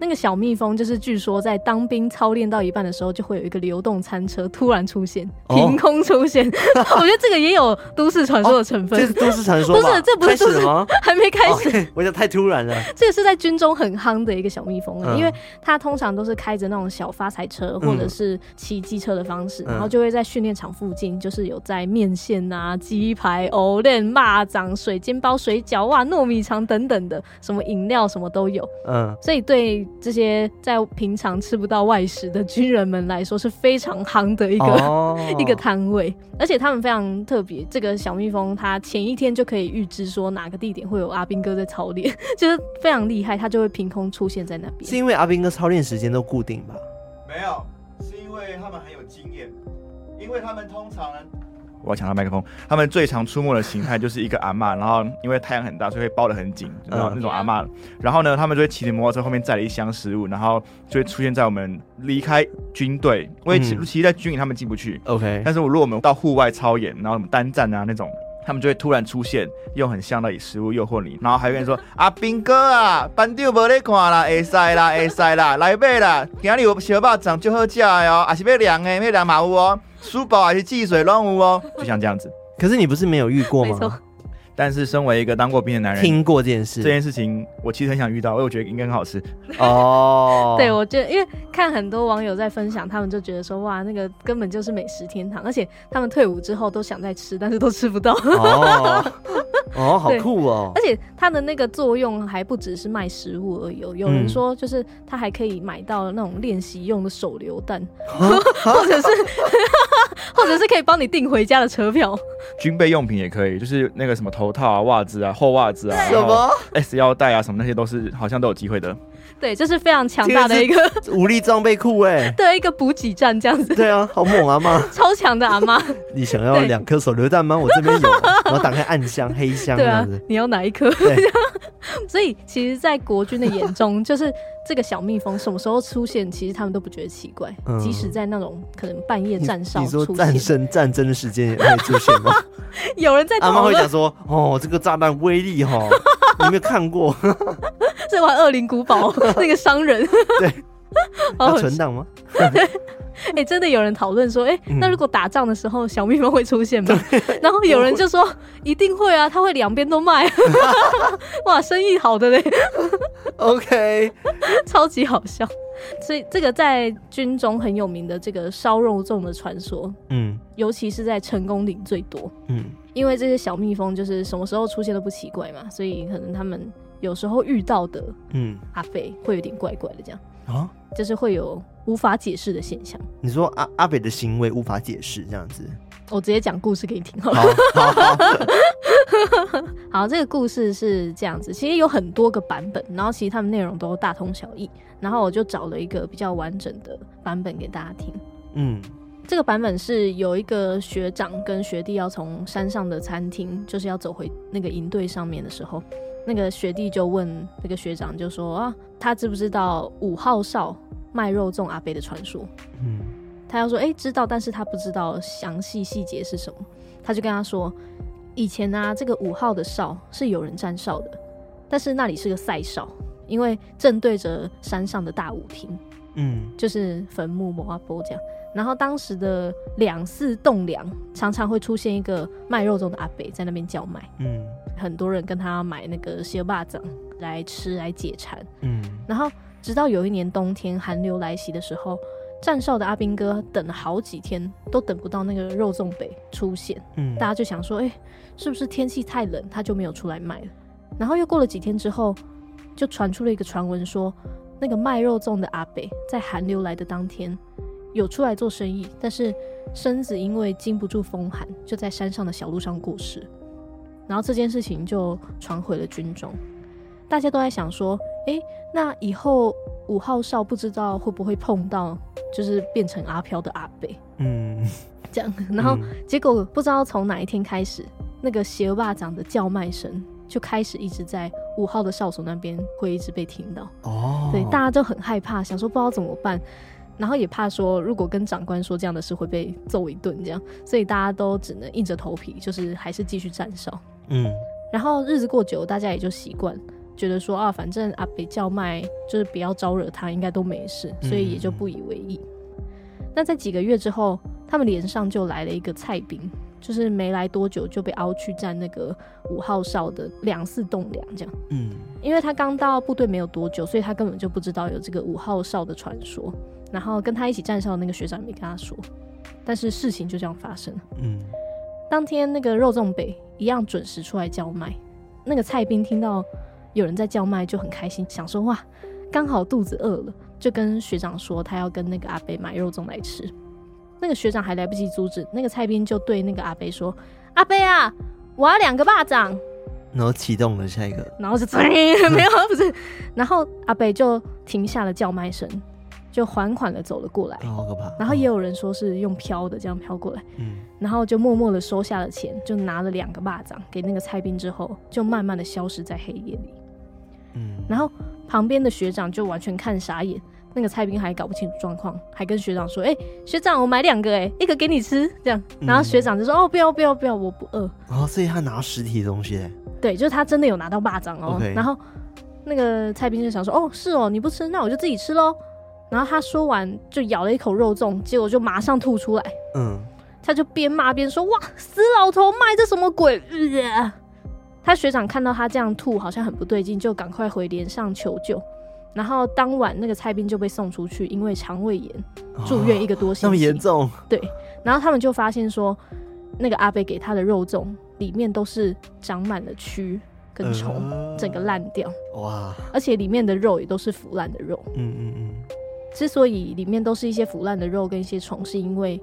Speaker 2: 那个小蜜蜂就是据说在当兵操练到一半的时候，就会有一个流动餐车突然出现，
Speaker 1: 哦
Speaker 2: 凭空出现。我觉得这个也有都市传说的成分，
Speaker 1: 这是都市传说吧？
Speaker 2: 不是这不是
Speaker 1: 开始
Speaker 2: 都市
Speaker 1: 了吗？
Speaker 2: 还没开始。
Speaker 1: 哦我觉得太突然了。
Speaker 2: 这个是在军中很夯的一个小蜜蜂、
Speaker 1: 嗯
Speaker 2: 哦因为它通常都是开着那种小发财车
Speaker 1: 嗯
Speaker 2: 或者是骑机车的方式，
Speaker 1: 嗯
Speaker 2: 然后就会在训练场附近，就是有在面线啊、鸡排、藕链、蚂蚱、水煎包、水饺哇、糯米肠等等的，什么饮料什么都有。
Speaker 1: 嗯，
Speaker 2: 所以对这些在平常吃不到外食的军人们来说是非常夯的一个、
Speaker 1: 哦
Speaker 2: 一个摊位，而且他们非常特别。这个小蜜蜂它前一天就可以预知说哪个地点会有阿兵哥在操练， 就是非常厉害，它就会凭空出现在那
Speaker 1: 是
Speaker 2: 边。
Speaker 1: 因为阿兵哥操练时间都固定吧？
Speaker 3: 没有，是因为他们很有经验，因为他们通常呢。我要抢他麦克风。他们最常出没的形态就是一个阿嬷，然后因为太阳很大，所以会包得很紧，就那种
Speaker 1: 嗯
Speaker 3: 那种阿嬷。然后呢，他们就会骑着摩托车，后面载了一箱食物，然后就会出现在我们离开军队，因为其
Speaker 1: 嗯
Speaker 3: 其实在军营他们进不去，
Speaker 1: OK，
Speaker 3: 但是我如果我们到户外操演，然后什么单站啊那种，他们就会突然出现，用很香的食物诱惑你，然后还会跟你说啊，兵哥啊，班长无咧看啦，会塞啦，会塞啦，来买啦，今日有小肉粽就好食的哦，还是要凉的，要凉嘛有哦，书包还是汽水拢 有哦，就像这样子。
Speaker 1: 可是你不是没有遇过
Speaker 2: 没错。
Speaker 1: 吗？
Speaker 3: 但是身为一个当过兵的男人，
Speaker 1: 听过这件
Speaker 3: 这
Speaker 1: 事
Speaker 3: 件事情我其实很想遇到，因为我觉得应该很好吃。
Speaker 1: 哦
Speaker 2: 对，我觉得因为看很多网友在分享，他们就觉得说哇，那个根本就是美食天堂，而且他们退伍之后都想再吃，但是都吃不到。
Speaker 1: 哦哦，好
Speaker 2: 对
Speaker 1: 酷哦
Speaker 2: 而！且它的那个作用还不只是卖食物而已哦，有
Speaker 1: 嗯
Speaker 2: 人说就是它还可以买到那种练习用的手榴弹，或者是或者是可以帮你订回家的车票。
Speaker 3: 军备用品也可以，就是那个什么头套啊、袜子啊、厚袜子啊，
Speaker 1: 什么
Speaker 2: 哎
Speaker 3: S 腰带啊，什么那些都是好像都有机会的。
Speaker 2: 对，这是非常强大的一个？
Speaker 1: 武力装备库哎
Speaker 2: 对一个补给站这样子，
Speaker 1: 对啊，好猛啊嘛！
Speaker 2: 超强的阿妈。
Speaker 1: 你想要
Speaker 2: 对
Speaker 1: 两颗手榴弹吗？我这边有，我要打开暗箱、黑箱这
Speaker 2: 对
Speaker 1: 样
Speaker 2: 啊
Speaker 1: 子。，
Speaker 2: 你要哪一颗？
Speaker 1: 对，
Speaker 2: 所以其实，在国军的眼中，就是这个小蜜蜂什么时候出现，其实他们都不觉得奇怪，
Speaker 1: 嗯
Speaker 2: 即使在那种可能半夜
Speaker 1: 你
Speaker 2: 站哨
Speaker 1: 你说
Speaker 2: 出
Speaker 1: 战
Speaker 2: 现，
Speaker 1: 胜战争的时间也会出现吗？
Speaker 2: 有人在
Speaker 1: 阿妈
Speaker 2: 讨
Speaker 1: 会
Speaker 2: 论
Speaker 1: 讲说：“哦，这个炸弹威力 哈，你有没有看过？
Speaker 2: 这玩恶灵古 堡那个商人，
Speaker 1: 对， 要
Speaker 2: 好好笑
Speaker 1: 存档吗
Speaker 2: 哎、真的有人讨论说，哎、
Speaker 1: 嗯
Speaker 2: 那如果打仗的时候小蜜蜂会出现吗？ 然后有人就说一定会啊，他 会两边都卖，哇，生意好的嘞，
Speaker 1: ？”OK，
Speaker 2: 超级好笑。所以这个在军中很有名的这个烧肉粽的传说，
Speaker 1: 嗯
Speaker 2: 尤其是在成功岭最多，
Speaker 1: 嗯，
Speaker 2: 因为这些小蜜蜂就是什么时候出现都不奇怪嘛，所以可能他们有时候遇到的
Speaker 1: 嗯
Speaker 2: 阿飞会有点怪怪的，这样
Speaker 1: 啊，
Speaker 2: 就是会有无法解释的现象。
Speaker 1: 你说阿阿北的行为无法解释这样 子，
Speaker 2: 我直接讲故事给你听好了。
Speaker 1: 好好好，
Speaker 2: 好，这个故事是这样子，其实有很多个版本，然后其实他们内容都大同小异，然后我就找了一个比较完整的版本给大家听。
Speaker 1: 嗯
Speaker 2: 这个版本是有一个学长跟学弟要从山上的餐厅，就是要走回那个营队上面的时候，那个学弟就问那个学长，就说啊，他知不知道五号哨卖肉粽阿贝的传说？
Speaker 1: 嗯，
Speaker 2: 他要说，哎、知道，但是他不知道详细细节是什么。他就跟他说，以前啊，这个五号的哨是有人站哨的，但是那里是个赛哨，因为正对着山上的大舞厅，
Speaker 1: 嗯
Speaker 2: 就是坟墓摩阿波这样。然后当时的两寺栋梁常常会出现一个卖肉粽的阿伯在那边叫卖，
Speaker 1: 嗯
Speaker 2: 很多人跟他买那个蟹霸掌来吃来解馋。
Speaker 1: 嗯，
Speaker 2: 然后直到有一年冬天寒流来袭的时候，站哨的阿兵哥等了好几天都等不到那个肉粽北出现，
Speaker 1: 嗯
Speaker 2: 大家就想说，哎、是不是天气太冷，他就没有出来卖了？然后又过了几天之后，就传出了一个传闻说，那个卖肉粽的阿北在寒流来的当天有出来做生意，但是身子因为经不住风寒，就在山上的小路上过世。然后这件事情就传回了军中，大家都在想说，哎，那以后五号哨不知道会不会碰到，就是变成阿飘的阿北
Speaker 1: 嗯，
Speaker 2: 这样。然后
Speaker 1: 嗯
Speaker 2: 结果不知道从哪一天开始，那个邪恶霸掌的叫卖声就开始一直在五号的哨所那边会一直被听到，
Speaker 1: 哦，
Speaker 2: 对，大家都很害怕，想说不知道怎么办，然后也怕说如果跟长官说这样的事会被揍一顿这样，所以大家都只能硬着头皮，就是还是继续站哨。
Speaker 1: 嗯
Speaker 2: 然后日子过久，大家也就习惯。觉得说啊，反正阿北叫卖就是不要招惹他，应该都没事，所以也就不以为意。那在几个月之后，他们连上就来了一个蔡兵，就是没来多久就被凹去占那个五号哨的两四栋梁这样。
Speaker 1: 嗯，
Speaker 2: 因为他刚到部队没有多久，所以他根本就不知道有这个五号哨的传说。然后跟他一起站哨的那个学长也没跟他说，但是事情就这样发生了。
Speaker 1: 嗯，
Speaker 2: 当天那个肉粽北一样准时出来叫卖，那个蔡兵听到有人在叫卖就很开心，想说哇，刚好肚子饿了，就跟学长说他要跟那个阿北买肉粽来吃。那个学长还来不及阻止，那个蔡兵就对那个阿北说：“阿北啊，我要两个巴掌。”
Speaker 1: 然后启动了下一个，
Speaker 2: 然后就 没有不是，然后阿北就停下了叫卖声，就缓缓的走了过来。
Speaker 1: 啊好可怕。
Speaker 2: 然后也有人说是用飘的这样飘过来，
Speaker 1: 嗯，
Speaker 2: 然后就默默的收下了钱，就拿了两个巴掌给那个蔡斌之后，就慢慢的消失在黑夜里。
Speaker 1: 嗯
Speaker 2: 然后旁边的学长就完全看傻眼，那个蔡斌还搞不清楚状况，还跟学长说：“哎、学长，我买两个、哎，一个给你吃。”这样，
Speaker 1: 嗯
Speaker 2: 然后学长就说：“哦，不要不要不要，我不饿。”
Speaker 1: 然后哦所以他拿实体的东西嘞，
Speaker 2: 对，就是他真的有拿到巴掌哦。
Speaker 1: OK
Speaker 2: 然后那个蔡斌就想说，哦，是哦，你不吃，那我就自己吃喽。然后他说完就咬了一口肉粽，结果就马上吐出来。
Speaker 1: 嗯，
Speaker 2: 他就边骂边说：“哇，死老头卖这什么鬼？”呃他学长看到他这样吐，好像很不对劲，就赶快回连上求救。然后当晚那个蔡斌就被送出去，因为肠胃炎住院一
Speaker 1: 哦
Speaker 2: 个多星期。
Speaker 1: 那么严重，
Speaker 2: 然后他们就发现说，那个阿贝给他的肉粽里面都是长满了蛆跟虫。
Speaker 1: 呃
Speaker 2: 整个烂掉，
Speaker 1: 哇，
Speaker 2: 而且里面的肉也都是腐烂的肉。
Speaker 1: 嗯嗯嗯，
Speaker 2: 之所以里面都是一些腐烂的肉跟一些虫，是因为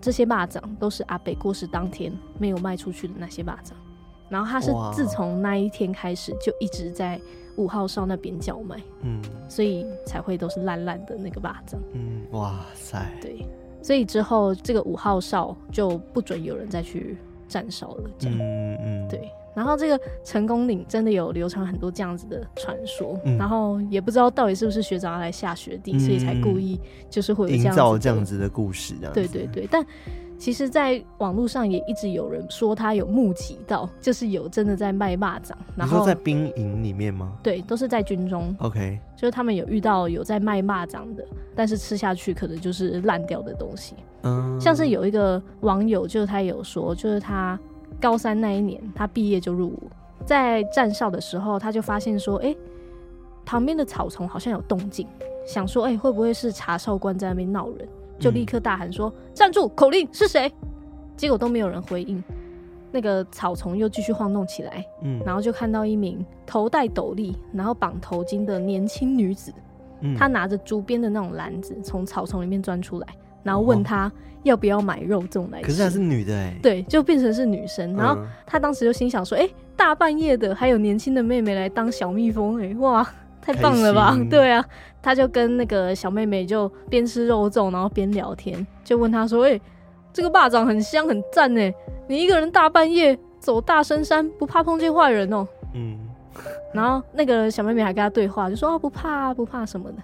Speaker 2: 这些蚂蚱都是阿北过世当天没有卖出去的那些蚂蚱。然后他是
Speaker 1: 哇
Speaker 2: 自从那一天开始就一直在五号哨那边叫卖，
Speaker 1: 嗯
Speaker 2: 所以才会都是烂烂的那个蚂蚱。
Speaker 1: 嗯，哇塞，
Speaker 2: 对，所以之后这个五号哨就不准有人再去站哨了。这样。
Speaker 1: 嗯嗯，
Speaker 2: 对，然后这个成功岭真的有流传很多这样子的传说，
Speaker 1: 嗯
Speaker 2: 然后也不知道到底是不是学长要来下学弟，
Speaker 1: 嗯
Speaker 2: 所以才故意就是会有
Speaker 1: 营
Speaker 2: 这样
Speaker 1: 造
Speaker 2: 子
Speaker 1: 这样
Speaker 2: 的
Speaker 1: 子的故事，这样
Speaker 2: 对
Speaker 1: 子
Speaker 2: 对对，但其实，在网络上也一直有人说他有目击到，就是有真的在卖蚂蚱，然
Speaker 1: 你说
Speaker 2: 后
Speaker 1: 在兵营里面吗
Speaker 2: 对，都是在军中，
Speaker 1: ？OK，
Speaker 2: 就是他们有遇到有在卖蚂蚱的，但是吃下去可能就是烂掉的东西。
Speaker 1: 嗯，
Speaker 2: 像是有一个网友，就是他有说，就是他高三那一年，他毕业就入伍，在站哨的时候，他就发现说，哎、旁边的草丛好像有动静，想说，哎、会不会是查哨官在那边闹人？就立刻大喊说：“站住！口令是谁？”结果都没有人回应，那个草丛又继续晃动起来，
Speaker 1: 嗯，
Speaker 2: 然后就看到一名头戴斗笠，然后绑头巾的年轻女子，
Speaker 1: 嗯
Speaker 2: 他拿着竹编的那种篮子从草丛里面钻出来，然后问他要不要买肉粽来吃。
Speaker 1: 哦可是她是女的哎，
Speaker 2: 对，就变成是女生。
Speaker 1: 嗯，
Speaker 2: 然后他当时就心想说：“哎、大半夜的还有年轻的妹妹来当小蜜蜂、哎，哇，太棒了吧
Speaker 1: 开心！”
Speaker 2: 对啊，他就跟那个小妹妹就边吃肉粽，然后边聊天，就问她说：“哎、这个霸掌很香，很赞哎，你一个人大半夜走大深山，不怕碰见坏人哦、
Speaker 1: 嗯，
Speaker 2: 然后那个小妹妹还跟他对话，就说啊不怕啊不怕什么的。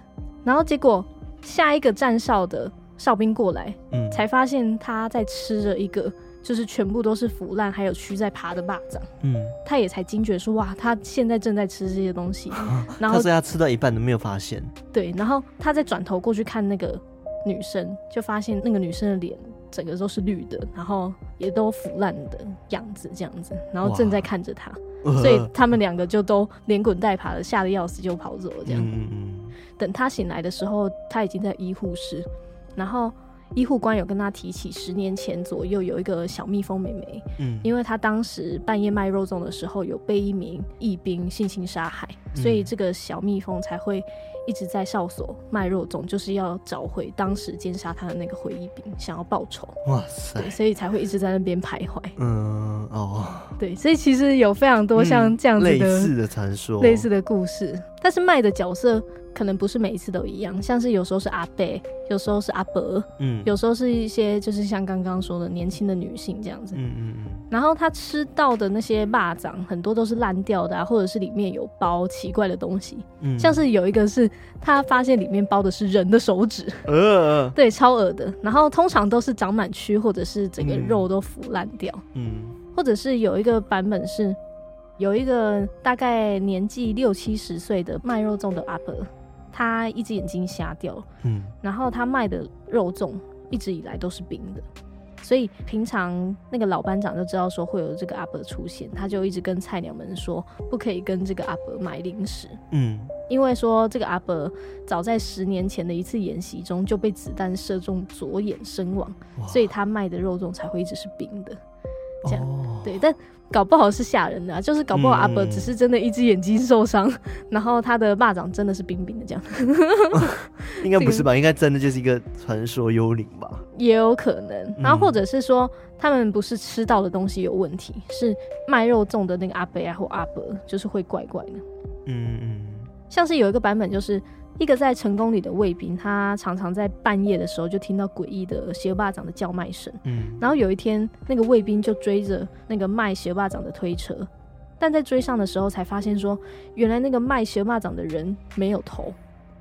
Speaker 2: 然后结果下一个站哨的哨兵过来，
Speaker 1: 嗯
Speaker 2: 才发现他在吃着一个就是全部都是腐烂还有蛆在爬的蚂蚱，
Speaker 1: 嗯，
Speaker 2: 他也才惊觉说哇，他现在正在吃这些东西。然
Speaker 1: 他
Speaker 2: 后
Speaker 1: 说他吃到一半都没有发现，
Speaker 2: 对，然后他再转头过去看那个女生，就发现那个女生的脸整个都是绿的，然后也都腐烂的样子这样子，然后正在
Speaker 1: 哇
Speaker 2: 看着他，
Speaker 1: 所
Speaker 2: 所以他们两个就都连滚带爬的吓得要死就跑走了这样。
Speaker 1: 嗯嗯
Speaker 2: 等他醒来的时候，他已经在医护室，然后医护官有跟他提起十年前左右有一个小蜜蜂妹妹，
Speaker 1: 嗯嗯，
Speaker 2: 因为她当时半夜卖肉粽的时候有被一名义兵性侵杀害，
Speaker 1: 嗯
Speaker 2: 所以这个小蜜蜂才会一直在哨所卖肉粽，就是要找回当时奸杀她的那个回忆兵，想要报仇，
Speaker 1: 哇塞
Speaker 2: 对，，所以才会一直在那边徘徊。
Speaker 1: 嗯哦，
Speaker 2: 对，所以其实有非常多像这样子
Speaker 1: 嗯类
Speaker 2: 的、
Speaker 1: 似的传说，
Speaker 2: 类似的故事，但是卖的角色可能不是每一次都一样，像是有时候是阿贝，有时候是阿伯，
Speaker 1: 嗯，
Speaker 2: 有时候是一些就是像刚刚说的年轻的女性这样子。
Speaker 1: 嗯嗯嗯
Speaker 2: 然后他吃到的那些蚂蚱很多都是烂掉的、啊，或者是里面有包奇怪的东西，
Speaker 1: 嗯，
Speaker 2: 像是有一个是他发现里面包的是人的手指，
Speaker 1: 呃
Speaker 2: 对，超恶的。然后通常都是长满蛆，或者是整个
Speaker 1: 嗯
Speaker 2: 肉都腐烂掉。
Speaker 1: 嗯
Speaker 2: 或者是有一个版本是有一个大概年纪六七十岁的卖肉粽的阿伯，他一只眼睛瞎掉了，
Speaker 1: 嗯，
Speaker 2: 然后他卖的肉粽一直以来都是冰的，所以平常那个老班长就知道说会有这个阿伯出现，他就一直跟菜鸟们说不可以跟这个阿伯买零食，
Speaker 1: 嗯，
Speaker 2: 因为说这个阿伯早在十年前的一次演习中就被子弹射中左眼身亡，
Speaker 1: 哇
Speaker 2: 所以他卖的肉粽才会一直是冰的。这样
Speaker 1: 哦
Speaker 2: 对，但搞不好是吓人的、啊，就是搞不好阿伯
Speaker 1: 嗯
Speaker 2: 只是真的一只眼睛受伤， 然后他的蚂蚱真的是冰冰的这样，
Speaker 1: 应该不是吧？应该真的就是一个传说幽灵吧？
Speaker 2: 也有可能。然后或者是说他们不是吃到的东西有问题，是卖肉粽的那个阿伯啊或阿伯就是会怪怪的。
Speaker 1: 嗯嗯
Speaker 2: 像是有一个版本，就是一个在成功里的卫兵，他常常在半夜的时候就听到诡异的邪霸掌的叫卖声。
Speaker 1: 嗯，
Speaker 2: 然后有一天，那个卫兵就追着那个卖邪霸掌的推车，但在追上的时候才发现说，原来那个卖邪霸掌的人没有头，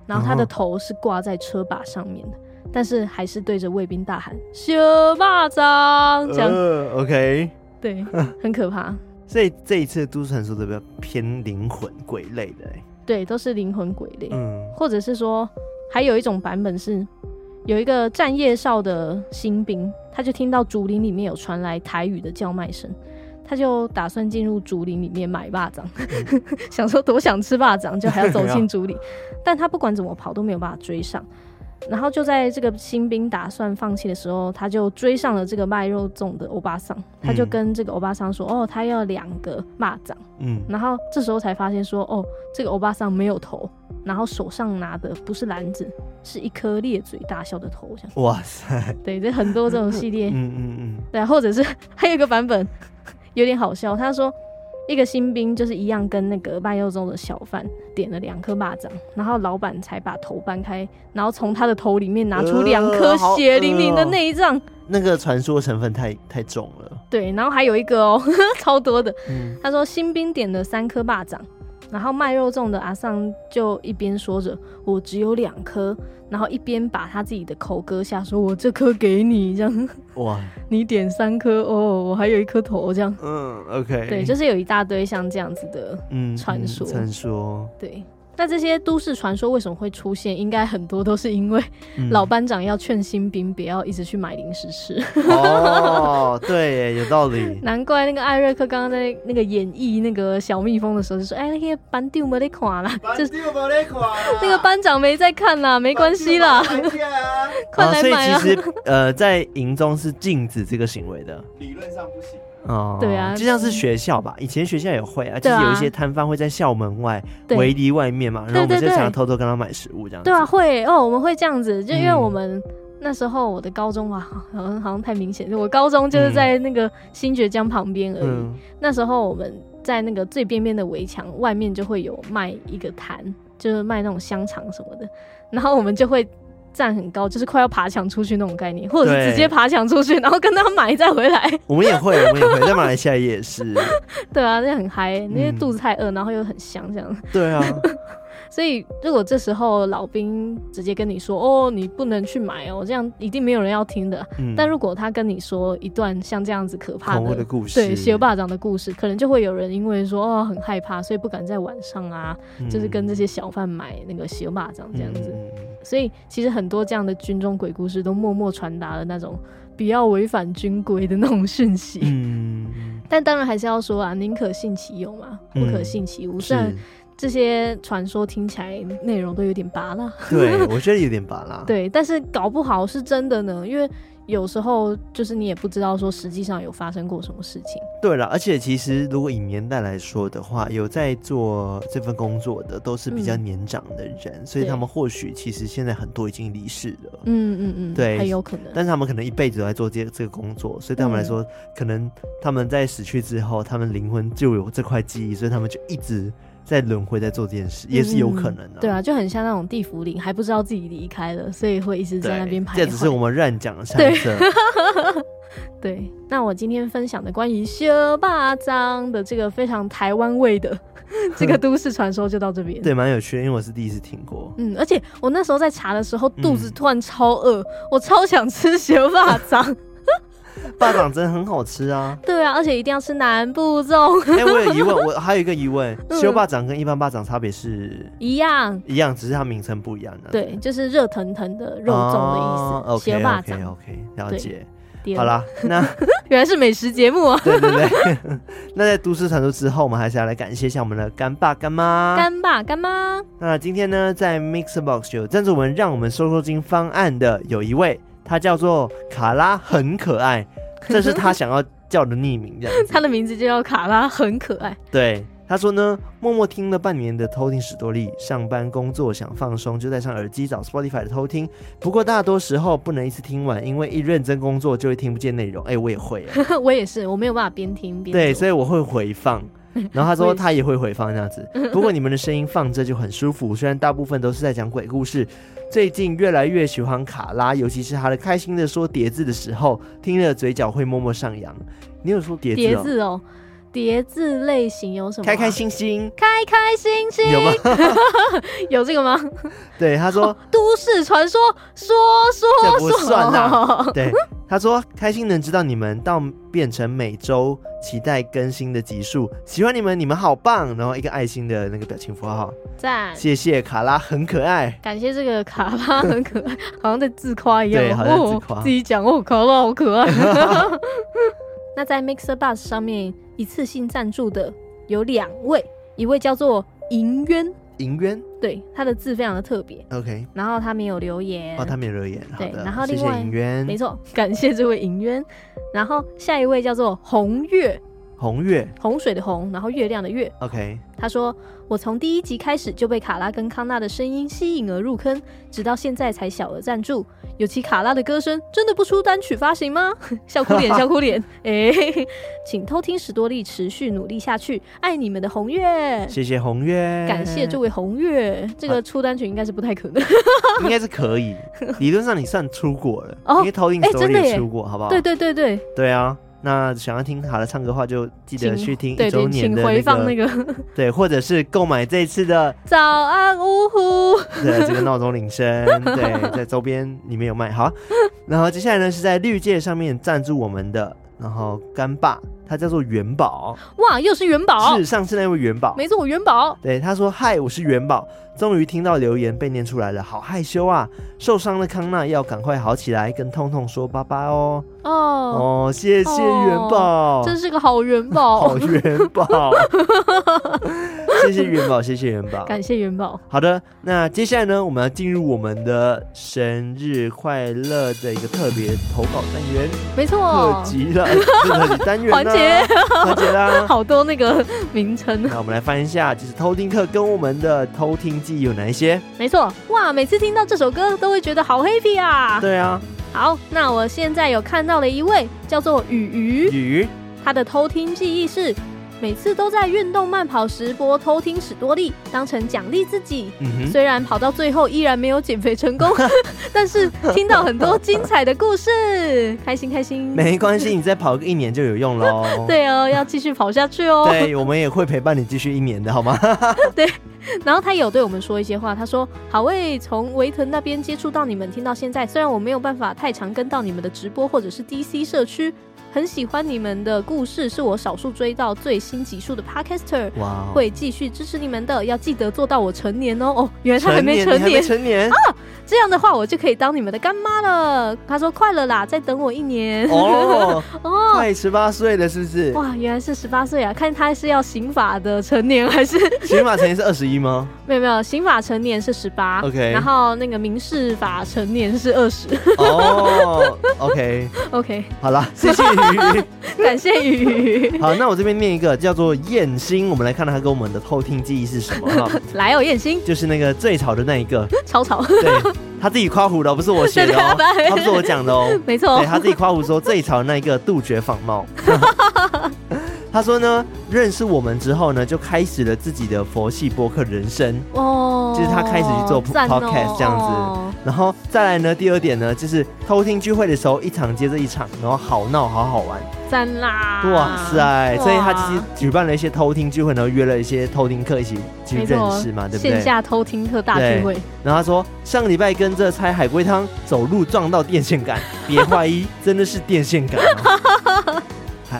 Speaker 2: 然后他的
Speaker 1: 哦
Speaker 2: 头是挂在车把上面的，但是还是对着卫兵大喊“邪霸掌”这样，
Speaker 1: 呃 OK。
Speaker 2: 对，很可怕。
Speaker 1: 所以这一次的都市传说都比较偏灵魂鬼类的、欸，
Speaker 2: 对，都是灵魂鬼类，
Speaker 1: 嗯，
Speaker 2: 或者是说，还有一种版本是。有一个站夜哨的新兵，他就听到竹林里面有传来台语的叫卖声，他就打算进入竹林里面买 霸掌，想说多想吃霸掌，就还要走进竹林。但他不管怎么跑都没有办法追上。然后就在这个新兵打算放弃的时候，他就追上了这个卖肉粽的欧巴桑，他就
Speaker 1: 嗯
Speaker 2: 跟这个欧巴桑说：“哦，他要两个蚂蚱。”
Speaker 1: 嗯，
Speaker 2: 然后这时候才发现说，哦，这个欧巴桑没有头，然后手上拿的不是篮子，是一颗咧嘴大小的头，这样。
Speaker 1: 哇塞，
Speaker 2: 对，这很多这种系列
Speaker 1: 嗯，嗯嗯，
Speaker 2: 对啊，或者是还有一个版本有点好笑，他说一个新兵就是一样跟那个半肉中的小贩点了两颗蚂蚱，然后老板才把头搬开，然后从他的头里面拿出两颗
Speaker 1: 呃好
Speaker 2: 血淋淋的
Speaker 1: 恶哦
Speaker 2: 内脏。
Speaker 1: 那个传说成分太太重了，
Speaker 2: 对，然后还有一个哦， 超多的，
Speaker 1: 嗯，
Speaker 2: 他说新兵点了三颗霸掌，然后卖肉粽的阿桑就一边说着“我只有两颗”，然后一边把他自己的口割下，说“我这颗给你”，这样
Speaker 1: 哇，
Speaker 2: 你点三颗哦，我还有一颗头这样。
Speaker 1: 嗯，OK，
Speaker 2: 对，就是是有一大堆像这样子的，
Speaker 1: 嗯
Speaker 2: 传说
Speaker 1: 嗯传说，
Speaker 2: 对。那这些都市传说为什么会出现？应该很多都是因为
Speaker 1: 嗯
Speaker 2: 老班长要劝新兵不要一直去买零食吃，
Speaker 1: 哦，对耶，有道理，
Speaker 2: 难怪那个艾瑞克刚刚在那个演绎那个小蜜蜂的时候就说：“哎，那些班丢没得垮啦，就是
Speaker 3: 啊
Speaker 2: 那个班长没在看啦，没
Speaker 3: 没
Speaker 2: 关系啦，
Speaker 3: 哎
Speaker 2: 快
Speaker 1: 哦
Speaker 2: 来
Speaker 1: 所以
Speaker 2: 买啊！
Speaker 1: 其实呃，在营中是禁止这个行为的。
Speaker 3: 理论上不行，
Speaker 1: 哦，
Speaker 2: 对啊
Speaker 1: 就像是学校吧，以前学校也会啊，就
Speaker 2: 对啊
Speaker 1: 是有一些摊贩会在校门外
Speaker 2: 对
Speaker 1: 围篱外面嘛，然后我
Speaker 2: 对
Speaker 1: 们就
Speaker 2: 对
Speaker 1: 常
Speaker 2: 对
Speaker 1: 常偷偷跟他买食物这样子。
Speaker 2: 对啊，会哦，我们会这样子，就因为
Speaker 1: 嗯
Speaker 2: 我们那时候我的高中啊， 好像好像太明显，我高中就是在那个新觉江旁边而已。
Speaker 1: 嗯，
Speaker 2: 那时候我们在那个最边边的围墙外面就会有卖一个摊，就是卖那种香肠什么的，然后我们就会。站很高，就是快要爬墙出去那种概念，或者是
Speaker 1: 对
Speaker 2: 直接爬墙出去，然后跟他买再回来。
Speaker 1: 我们也会，我们也会，在马来西亚也是。
Speaker 2: 对啊，那很嗨，因
Speaker 1: 嗯
Speaker 2: 为肚子太饿，然后又很香，这样。
Speaker 1: 对啊，
Speaker 2: 所以，如果这时候老兵直接跟你说：“哦，你不能去买哦”，这样一定没有人要听的。
Speaker 1: 嗯，
Speaker 2: 但如果他跟你说一段像这样子可怕
Speaker 1: 恐怖
Speaker 2: 的
Speaker 1: 的故事，
Speaker 2: 对邪霸掌的故事，可能就会有人因为说哦很害怕，所以不敢在晚上啊，
Speaker 1: 嗯
Speaker 2: 就是跟这些小贩买那个邪霸掌这样子。
Speaker 1: 嗯嗯嗯
Speaker 2: 所以其实很多这样的军中鬼故事都默默传达了那种不要违反军规的那种讯息。
Speaker 1: 嗯，
Speaker 2: 但当然还是要说啊，宁可信其有嘛，不可信其无。虽然
Speaker 1: 是，
Speaker 2: 这些传说听起来内容都有点拔辣，
Speaker 1: 对，我觉得有点拔啦。，
Speaker 2: 对，但是搞不好是真的呢，因为有时候就是你也不知道说实际上有发生过什么事情。
Speaker 1: 对了，而且其实如果以年代来说的话，有在做这份工作的都是比较
Speaker 2: 嗯
Speaker 1: 年长的人，所以
Speaker 2: 对
Speaker 1: 他们或许其实现在很多已经离世了。
Speaker 2: 嗯嗯嗯，
Speaker 1: 对
Speaker 2: 很有可能。
Speaker 1: 但是他们可能一辈子都在做这这个工作，所以对他们来说，可能他们在死去之后，他们灵魂就有这块记忆，所以他们就一直在轮回在做这件事，也是有可能的、
Speaker 2: 嗯对，啊，就很像那种地府灵，还不知道自己离开了，所以会一直
Speaker 1: 对
Speaker 2: 在那边徘徊。
Speaker 1: 这只是我们乱讲 的猜
Speaker 2: 对
Speaker 1: 测。
Speaker 2: 对，那我今天分享的关于薛霸章的这个非常台湾味的 这个都市传说就到这边。
Speaker 1: 嗯对，蛮有趣的，因为我是第一次听过。
Speaker 2: 嗯，而且我那时候在查的时候，肚子
Speaker 1: 嗯
Speaker 2: 突然超饿，我超想吃咸霸掌，
Speaker 1: 霸掌真的很好吃 啊！
Speaker 2: 对啊，而且一定要吃南部粽，
Speaker 1: 哎、我有疑问，我还有一个疑问，
Speaker 2: 嗯
Speaker 1: 修霸掌跟一般霸掌差别是
Speaker 2: 一样。
Speaker 1: 一样，只是它名称不一样的。
Speaker 2: 对，就是热腾腾的肉粽的意思，
Speaker 1: 哦 OK
Speaker 2: 斜霸
Speaker 1: OK
Speaker 2: 掌。
Speaker 1: OK，了
Speaker 2: 对
Speaker 1: 解。
Speaker 2: 第二
Speaker 1: 好，啦，那
Speaker 2: 原来是美食节目 啊！
Speaker 1: 对对对， 那在都市传说之后，我们还是要来感谢一下我们的干爸干妈。
Speaker 2: 干爸干妈，
Speaker 1: 那今天呢，在 Mixbox 有赞助我们让我们收收金方案的有一位，他叫做卡拉，很可爱，这是他想要叫的匿名，这样 子。
Speaker 2: 他的名字就叫卡拉，很可爱。
Speaker 1: 对，他说呢，默默听了半年的偷听史多利，上班工作想放松，就戴上耳机找 Spotify 的偷听。不过大多时候不能一次听完，因为一认真工作就会听不见内容。哎、我也会、哎
Speaker 2: 我也是，我没有办法边听边
Speaker 1: 对，
Speaker 2: 做
Speaker 1: 所以我会回 放。然后他
Speaker 2: 我
Speaker 1: 说
Speaker 2: 也是
Speaker 1: 他也会回放这样子，不过你们的声音放着就很舒服，虽然大部分都是在讲鬼故事。最近越来越喜欢卡拉，尤其是他的开心的说叠字的时候，听了嘴角会默默上扬。你有说叠字
Speaker 2: 叠
Speaker 1: 哦？
Speaker 2: 字哦，叠字类型有什么啊？
Speaker 1: 开开心心
Speaker 2: 开开心心，
Speaker 1: 有吗？
Speaker 2: 有这个吗？
Speaker 1: 对，他 说
Speaker 2: 都市传说说
Speaker 1: 这
Speaker 2: 说
Speaker 1: 不
Speaker 2: 说，
Speaker 1: 算啊呐对，他说开心能知道你们到变成每周期待更新的集数，喜欢你们，你们好棒。然后一个爱心的那个表情符号，
Speaker 2: 赞。
Speaker 1: 谢谢卡拉，很可爱。
Speaker 2: 感谢这个卡拉很可爱，好像在自夸一样哦。
Speaker 1: 对好像自夸
Speaker 2: 哦、自己讲哦，卡拉 好可爱。那在 Mixer Bus 上面一次性赞助的有两位，一位叫做银渊，
Speaker 1: 银渊
Speaker 2: 对，他的字非常的特别，
Speaker 1: ，OK，
Speaker 2: 然后他没有留言，
Speaker 1: 哦，他没有留言，好
Speaker 2: 对
Speaker 1: 的，
Speaker 2: 然后
Speaker 1: 谢
Speaker 2: 另
Speaker 1: 谢
Speaker 2: 外
Speaker 1: 银
Speaker 2: 没
Speaker 1: 渊，
Speaker 2: 错，感谢这位银渊。然后下一位叫做红月，
Speaker 1: 红月
Speaker 2: 洪水的洪，然后月亮的月。
Speaker 1: ，OK，
Speaker 2: 他说：“我从第一集开始就被卡拉跟康纳的声音吸引而入坑，直到现在才小额赞助。尤其卡拉的歌声，真的不出单曲发行吗？ 笑哭 脸，笑哭脸！哎、请偷听史多利，持续努力下去，爱你们的红月。”
Speaker 1: 谢谢红月，
Speaker 2: 感谢这，位红月，这个出单曲应该是不太可
Speaker 1: 啊
Speaker 2: 能。
Speaker 1: 应该是可 以，理论上你算出国了，
Speaker 2: 哦
Speaker 1: 因为投影
Speaker 2: 哎
Speaker 1: 手
Speaker 2: 真的
Speaker 1: 里
Speaker 2: 耶
Speaker 1: 出国，好不好？
Speaker 2: 对对对对，
Speaker 1: 对啊。那想要听卡拉唱歌的话，就记得去听一
Speaker 2: 对
Speaker 1: 周
Speaker 2: 对，
Speaker 1: 年
Speaker 2: 请
Speaker 1: 的
Speaker 2: 回放那个
Speaker 1: 对，或者是购买这次的
Speaker 2: 早安呜呼。
Speaker 1: 对，这个闹钟铃声， 对，在周边里面有卖。好，然后接下来呢是在绿界上面赞助我们的，然后干爸，他叫做元宝，
Speaker 2: 哇，又是元宝
Speaker 1: 是，上次那位元宝。
Speaker 2: 没错，元宝。
Speaker 1: 对，他说：“嗨，我是元宝，终于听到留言被念出来了，好害羞啊！受伤的康纳要赶快好起来，跟痛痛说拜拜哦。
Speaker 2: 哦，
Speaker 1: 哦，谢谢
Speaker 2: 哦
Speaker 1: 元宝，
Speaker 2: 真是个好元宝
Speaker 1: 好，元 宝，谢谢元宝，谢谢元宝。
Speaker 2: 感谢元宝。
Speaker 1: 好的，那接下来呢，我们要进入我们的生日快乐的一个特别投稿单元、
Speaker 2: 没
Speaker 1: 特
Speaker 2: 错，
Speaker 1: 辑 了，不是特辑单元啦
Speaker 2: 哦环节
Speaker 1: 环节啦。
Speaker 2: 好多那个名称。
Speaker 1: 那我们来翻一下，就是偷听课跟我们的偷听记忆有哪一些？
Speaker 2: 没错，哇，每次听到这首歌都会觉得好 happy 啊。
Speaker 1: 对啊，
Speaker 2: 好，那我现在有看到了一位叫做雨鱼，
Speaker 1: 鱼
Speaker 2: 他的偷听记忆是。每次都在运动慢跑时播偷听史多利，当成奖励自己。
Speaker 1: 嗯
Speaker 2: 虽然跑到最后依然没有减肥 成功，但是听到很多精彩的故事，开心开心。
Speaker 1: 哼，。没关系，你再跑个一年就有用喽。
Speaker 2: 对哦，要继续跑下去哦。
Speaker 1: 对，我们也会陪伴你继续一年的，好 吗？
Speaker 2: 然后他也有对我们说一些话，他说：“好喂，从维腾那边接触到你们，听到现在，虽然我没有办法太常跟到你们的直播或者是 DC 社区，很喜欢你们的故事，是我少数追到最新集数的 Podcaster，
Speaker 1: 哇哦，
Speaker 2: 会继续支持你们的，要记得做到我成年哦。哦，原来他还
Speaker 1: 成
Speaker 2: 没
Speaker 1: 年，
Speaker 2: 成
Speaker 1: 你还
Speaker 2: 年
Speaker 1: 没，成年
Speaker 2: 这样的话我就可以当你们的干妈了。”他说：“快了啦，再等我一年。
Speaker 1: 哦，
Speaker 2: 哦。
Speaker 1: 快十八岁了，是不是？
Speaker 2: 哇，原来是十八岁啊！看他是要刑法的成年还是
Speaker 1: 刑法成年是二十一 吗？
Speaker 2: 没有没有，刑法成年是十八
Speaker 1: OK
Speaker 2: 然后那个民事法成年是二十。
Speaker 1: 哦，OK，
Speaker 2: OK，
Speaker 1: 好 啦，谢谢鱼。
Speaker 2: 感谢雨。
Speaker 1: 好，那我这边念一个叫做燕星，我们来看他跟我们的偷听记忆是什么 哈，
Speaker 2: 来哦，燕心，
Speaker 1: 就是那个最吵的那一个，
Speaker 2: 吵吵，
Speaker 1: 对他自己夸胡的哦，不是我写的哦，
Speaker 2: 对对对
Speaker 1: 他不是我讲的哦，
Speaker 2: 没 错
Speaker 1: 对，他自己夸胡说最吵的那一个杜绝仿冒。他他说呢，认识我们之后呢，就开始了自己的佛系播客人生。
Speaker 2: 哦，
Speaker 1: 就是他开始去做
Speaker 2: 赞哦
Speaker 1: podcast 这样子
Speaker 2: 哦
Speaker 1: 然后再来呢，第二点呢，就是偷听聚会的时候，一场接着一场，然后好闹好好玩，
Speaker 2: 赞啦！
Speaker 1: 哇塞！所以他其实
Speaker 2: 啊哇
Speaker 1: 举办了一些偷听聚会，然后约了一些偷听客一起去
Speaker 2: 没
Speaker 1: 认
Speaker 2: 错
Speaker 1: 识嘛，对不
Speaker 2: 线
Speaker 1: 对？
Speaker 2: 下偷听课大聚会，
Speaker 1: 然后他说，上个礼拜跟着猜海龟汤，走路撞到电线 杆，别怀疑，真的是电线杆、啊。 还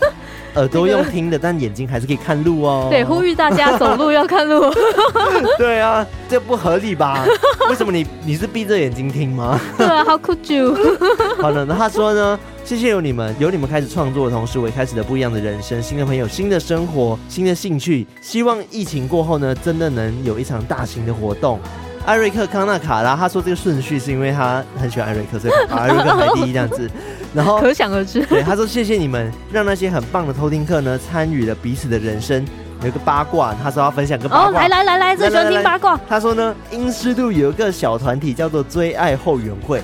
Speaker 1: 耳朵用听的，但眼睛还是可以看路哦。
Speaker 2: 对，呼吁大家走路要看路。
Speaker 1: 对啊，这不合理吧？为什么你你是闭着眼睛听吗？
Speaker 2: 对啊，How could you？
Speaker 1: 好的，那他说呢，谢谢有你们，有你们开始创作的同时，我也开始了不一样的人生，新的朋友，新的生活，新的兴趣。希望疫情过后呢，真的能有一场大型的活动。艾瑞克·康纳卡拉，他说这个顺序是因为他很喜欢艾瑞克，所以把艾瑞克排第一这样 子。然后
Speaker 2: 可想而知，
Speaker 1: 对，他说谢谢你们，让那些很棒的偷听客呢参与了彼此的人生。有一个八卦，他说要分享个八
Speaker 2: 哦，
Speaker 1: 卦。
Speaker 2: 来来来来，最喜欢听八卦，
Speaker 1: 他说呢，英湿度有一个小团体叫做“追爱后援会”，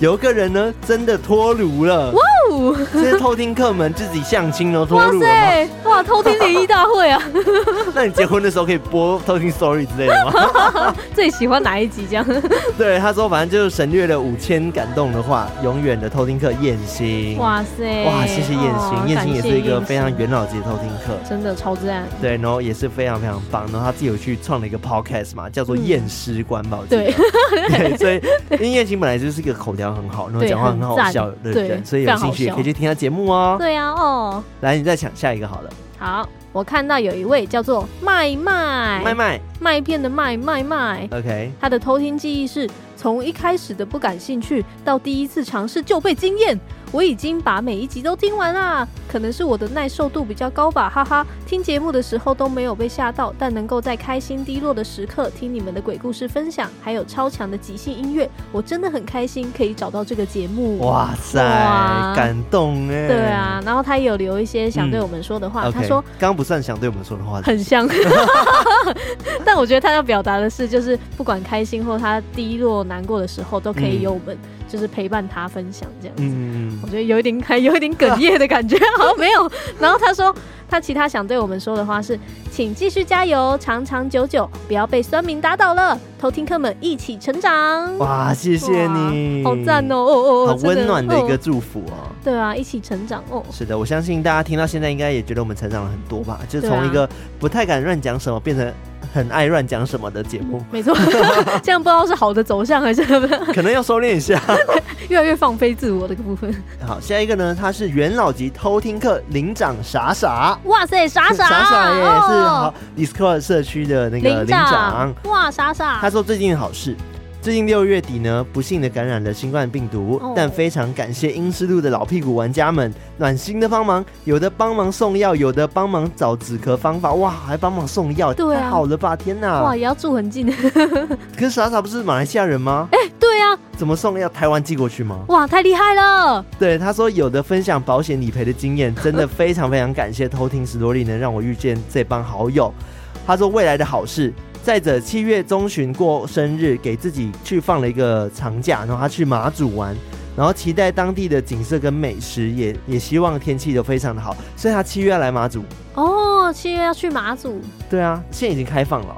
Speaker 1: 有一个人呢真的脱炉了，
Speaker 2: 哦
Speaker 1: 这些偷听客们自己相亲都脱
Speaker 2: 哇
Speaker 1: 炉了吗。
Speaker 2: 塞，哇，偷听联谊大会啊，
Speaker 1: 那你结婚的时候可以播偷听 story 之类的 吗？
Speaker 2: 最喜欢哪一集这样？
Speaker 1: 对，他说反正就是省略了五千感动的话，永远的偷听客燕心。哇，
Speaker 2: 哇塞，
Speaker 1: 谢谢燕
Speaker 2: 哦
Speaker 1: 心，燕心也
Speaker 2: 感谢
Speaker 1: 是一个
Speaker 2: 燕
Speaker 1: 非常
Speaker 2: 心
Speaker 1: 元老级的偷听客。
Speaker 2: 真的超赞，
Speaker 1: 对，然后也是非常非常棒，然后他自己有去创了一个 podcast 嘛，叫做《
Speaker 2: 嗯
Speaker 1: 验尸官》吧，我记得 对，
Speaker 2: 对，
Speaker 1: 所以因为燕青本来就是一个口条很好，然后
Speaker 2: 对
Speaker 1: 讲话很好
Speaker 2: 很赞
Speaker 1: 笑的
Speaker 2: 对
Speaker 1: 人，所以有兴趣也可以去听他节目哦。
Speaker 2: 对啊，哦，
Speaker 1: 来，你再抢下一个好了，
Speaker 2: 好，我看到有一位叫做麦麦
Speaker 1: 麦麦
Speaker 2: 麦片的麦麦麦，
Speaker 1: ，OK，
Speaker 2: 他的偷听记忆是从一开始的不感兴趣，到第一次尝试就被惊艳。我已经把每一集都听完啦，可能是我的耐受度比较高吧，哈哈。听节目的时候都没有被吓到，但能够在开心低落的时刻听你们的鬼故事分享，还有超强的即兴音乐，我真的很开心可以找到这个节目。
Speaker 1: 哇塞，
Speaker 2: 哇
Speaker 1: 感动哎，
Speaker 2: 对啊，，然后他也有留一些想对我们说的话，
Speaker 1: o
Speaker 2: 他
Speaker 1: k
Speaker 2: 说
Speaker 1: 刚刚不算想对我们说的话的，
Speaker 2: 很像， 但我觉得他要表达的是，就是不管开心或他低落、难过的时候，都可以有我们就是陪伴他分享这样子。
Speaker 1: 嗯
Speaker 2: 我，觉得有一点还有一点哽咽的感觉， 好像没有。然后他说，他其他想对我们说的话是，请继续加油，长长久久，不要被酸民打倒了，偷听客们一起成长。
Speaker 1: 哇，谢谢
Speaker 2: 哇
Speaker 1: 你，
Speaker 2: 好赞哦，，哦哦哦，
Speaker 1: 嗯好
Speaker 2: 真
Speaker 1: 温暖的一个
Speaker 2: 哦
Speaker 1: 祝福哦。
Speaker 2: 对啊，一起成长哦。
Speaker 1: 是的，我相信大家听到现在应该也觉得我们成长了很多吧，就是
Speaker 2: 对
Speaker 1: 从
Speaker 2: 啊
Speaker 1: 一个不太敢乱讲什么变成很爱乱讲什么的节 目，
Speaker 2: 没错，这样不知道是好的走向还是
Speaker 1: 可能要收敛一下。
Speaker 2: 越来越放飞自我的部分。
Speaker 1: 好，下一个呢，他是元老级偷听客领长傻傻，
Speaker 2: 哇塞，傻傻，
Speaker 1: 傻傻也是好
Speaker 2: 哦
Speaker 1: Discord 社区的那个
Speaker 2: 领
Speaker 1: 领长，，
Speaker 2: 哇傻傻，
Speaker 1: 他说最近好事。最近六月底呢，不幸的感染了新冠病毒，
Speaker 2: 哦
Speaker 1: 但非常感谢英湿路的老屁股玩家们暖心的帮忙，有的帮忙送药，有的帮忙找止咳方法，哇，还帮忙送药，
Speaker 2: 对啊
Speaker 1: 太好了吧！天哪
Speaker 2: 哇，也要住很近，
Speaker 1: 可是傻傻不是马来西亚人吗？
Speaker 2: 对啊，
Speaker 1: 怎么送药？台湾寄过去吗？
Speaker 2: 哇太厉害了，
Speaker 1: 对，他说有的分享保险理赔的经验，真的非常非常感谢偷听史多利能让我遇见这帮好友。他说未来的好事。再者，七月中旬过生日，给自己去放了一个长假，然后他去马祖玩，然后期待当地的景色跟美食，也也希望天气都非常的好，所以他七月要来马祖。
Speaker 2: 哦，七月要去马祖，
Speaker 1: 对啊，现在已经开放了，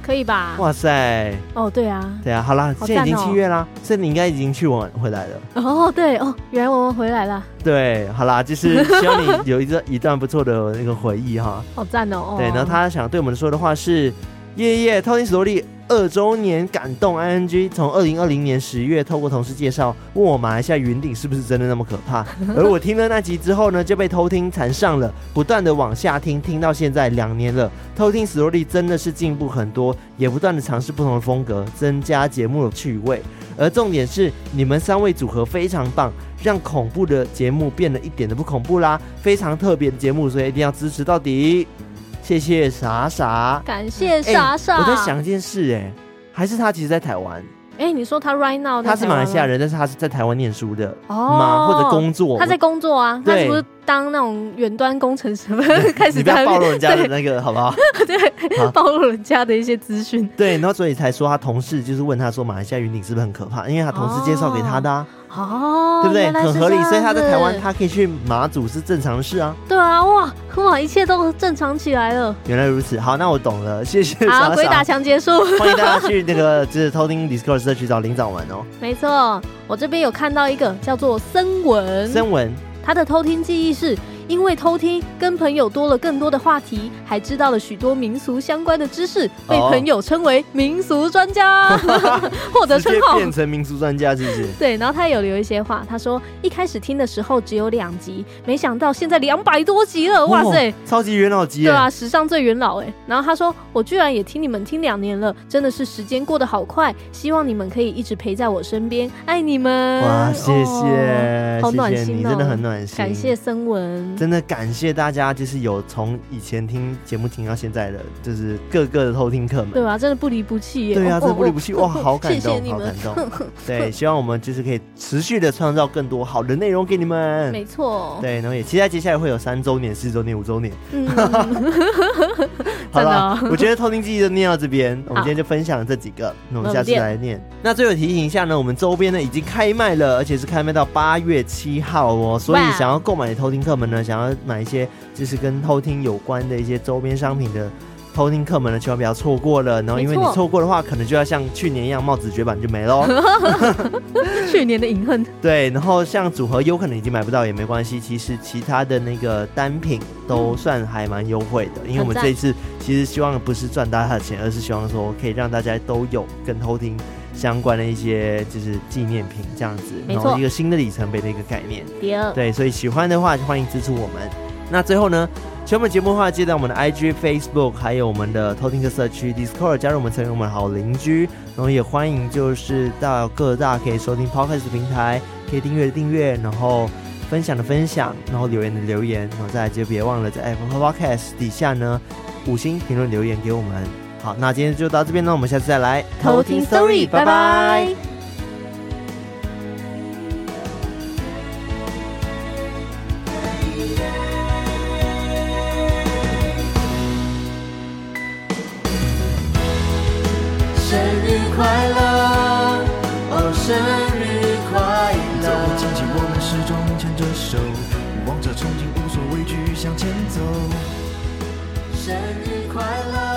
Speaker 2: 可以吧？
Speaker 1: 哇塞，
Speaker 2: 哦，对啊，
Speaker 1: 对啊，好啦，
Speaker 2: 好
Speaker 1: 现在已经
Speaker 2: 赞哦
Speaker 1: 七月啦，所以你应该已经去玩回来了。
Speaker 2: 哦对哦，原来我们回来了，
Speaker 1: 对，好啦，就是希望你有一个一段不错的那个回忆哈。
Speaker 2: 好赞哦，哦
Speaker 1: 对，然后他想对我们说的话是：夜夜偷听史多利二周年感动 ing，从二零二零年十月透过同事介绍，问我马来西亚云顶是不是真的那么可怕，而我听了那集之后呢，就被偷听缠上了，不断的往下听，听到现在两年了，偷听史多利真的是进步很多，也不断的尝试不同的风格，增加节目的趣味。而重点是，你们三位组合非常棒，让恐怖的节目变得一点都不恐怖啦，非常特别的节目，所以一定要支持到底。谢谢傻傻。
Speaker 2: 感谢
Speaker 1: 哎
Speaker 2: 傻傻，
Speaker 1: 我在想一件事、哎，还是他其实在台湾，
Speaker 2: 哎，你说他 right now
Speaker 1: 他是
Speaker 2: 在台
Speaker 1: 马
Speaker 2: 湾
Speaker 1: 来西亚
Speaker 2: 吗
Speaker 1: 人，但是他是在台湾念书的吗？
Speaker 2: 哦，
Speaker 1: 或者工作？
Speaker 2: 他在工作啊，他
Speaker 1: 对
Speaker 2: 是不是当那种远端工程师？ 开始
Speaker 1: 你不要
Speaker 2: 在那
Speaker 1: 暴
Speaker 2: 边
Speaker 1: 露人家的那个好不好？好
Speaker 2: 暴露人家的一些资讯
Speaker 1: 对，然后所以才说他同事就是问他说马来西亚云顶是不是很可怕，因为他同事介绍给他的、啊，
Speaker 2: 哦，
Speaker 1: 对不对？
Speaker 2: 原来是
Speaker 1: 很合理
Speaker 2: 这，样
Speaker 1: 所以他在台湾
Speaker 2: 子
Speaker 1: 他可以去马祖是正常的事啊。
Speaker 2: 对啊，哇哇，一切都正常起来了。
Speaker 1: 原来如此，好，那我懂了，谢谢
Speaker 2: 好，
Speaker 1: 傻
Speaker 2: 鬼打
Speaker 1: 傻。
Speaker 2: 墙结束。
Speaker 1: 欢迎大家去那个就是偷听 Discord 社区找林长玩哦。
Speaker 2: 没错，我这边有看到一个叫做森文，
Speaker 1: 声文，
Speaker 2: 他的偷听记忆是因为偷听跟朋友多了更多的话题，还知道了许多民俗相关的知识，被
Speaker 1: 哦
Speaker 2: 朋友称为民俗专 家，获得
Speaker 1: 直
Speaker 2: 称
Speaker 1: 接
Speaker 2: 号。
Speaker 1: 变成民俗专家是不是？
Speaker 2: 对，然后他有留一些话，他说一开始听的时候只有两集，没想到现在两百多集了， 哇塞！
Speaker 1: 哦，超级元老级耶！
Speaker 2: 对啊，史上最元老哎。然后他说：“我居然也听你们听两年了，真的是时间过得好快，希望你们可以一直陪在我身边，爱你们。”
Speaker 1: 哇，谢
Speaker 2: 嗯哦
Speaker 1: 谢，
Speaker 2: 好暖
Speaker 1: 谢谢
Speaker 2: 心
Speaker 1: 你，
Speaker 2: 哦
Speaker 1: 真的很暖心，
Speaker 2: 感谢。森文，
Speaker 1: 真的感谢大家，就是有从以前听节目听到现在的，就是各个的偷听客们。
Speaker 2: 对啊，真的不离不弃耶。
Speaker 1: 对啊，
Speaker 2: 哦
Speaker 1: 真的不离不弃，
Speaker 2: 哦
Speaker 1: 哇，好感
Speaker 2: 谢谢
Speaker 1: 动，
Speaker 2: 你
Speaker 1: 好
Speaker 2: 们
Speaker 1: 感。 动。对，希望我们就是可以持续的创造更多好的内容给你们。
Speaker 2: 没错，
Speaker 1: 对，然后也期待接下来会有三周年、四周年、五周年。
Speaker 2: 嗯，
Speaker 1: 好了
Speaker 2: 真，的哦
Speaker 1: 我觉得偷听记忆就念到这边，我们
Speaker 2: 好
Speaker 1: 今天就分享这几个，那我们
Speaker 2: 我们
Speaker 1: 下次
Speaker 2: 练
Speaker 1: 来念。那最后提醒一下呢，我们周边呢已经开卖了，而且是开卖到八月七号哦，所以
Speaker 2: 哇
Speaker 1: 想要购买的偷听客们呢，想要买一些就是跟偷听有关的一些周边商品的。偷听客们呢，千万不要错过了。然后，因为
Speaker 2: 没
Speaker 1: 你
Speaker 2: 错
Speaker 1: 错过的话，可能就要像去年一样，帽子绝版就没喽。
Speaker 2: 去年的隐恨，
Speaker 1: 对，然后像组合有可能已经买不到也没关系，其实其他的那个单品都算还蛮优惠的，因为我们
Speaker 2: 嗯很赞
Speaker 1: 这一次其实希望不是赚大家的钱，而是希望说可以让大家都有跟偷听相关的一些就是纪念品这样子，
Speaker 2: 没
Speaker 1: 然
Speaker 2: 错
Speaker 1: 后一个新的里程碑的一个概念。
Speaker 2: 第二，
Speaker 1: 对，所以喜欢的话就欢迎支持我们。那最后呢，喜欢我们节目的话，记得我们的 IG、Facebook，还有我们的偷听客社区 Discord，加入我们成为我们的好邻居。然后也欢迎就是到各大可以收听 Podcast 的平台，可以订阅的订阅，然后分享的分享，然后留言的留言，然后再来就别忘了在 Apple Podcast 底下呢五星评论留言给我们。好，那今天就到这边呢，我们下次再来
Speaker 2: 偷听 story，拜拜。
Speaker 1: 生日快乐，哦，生日快
Speaker 4: 走过荆棘，我们始终牵着手，望着憧憬，无所畏惧向前走。
Speaker 1: 生日快乐。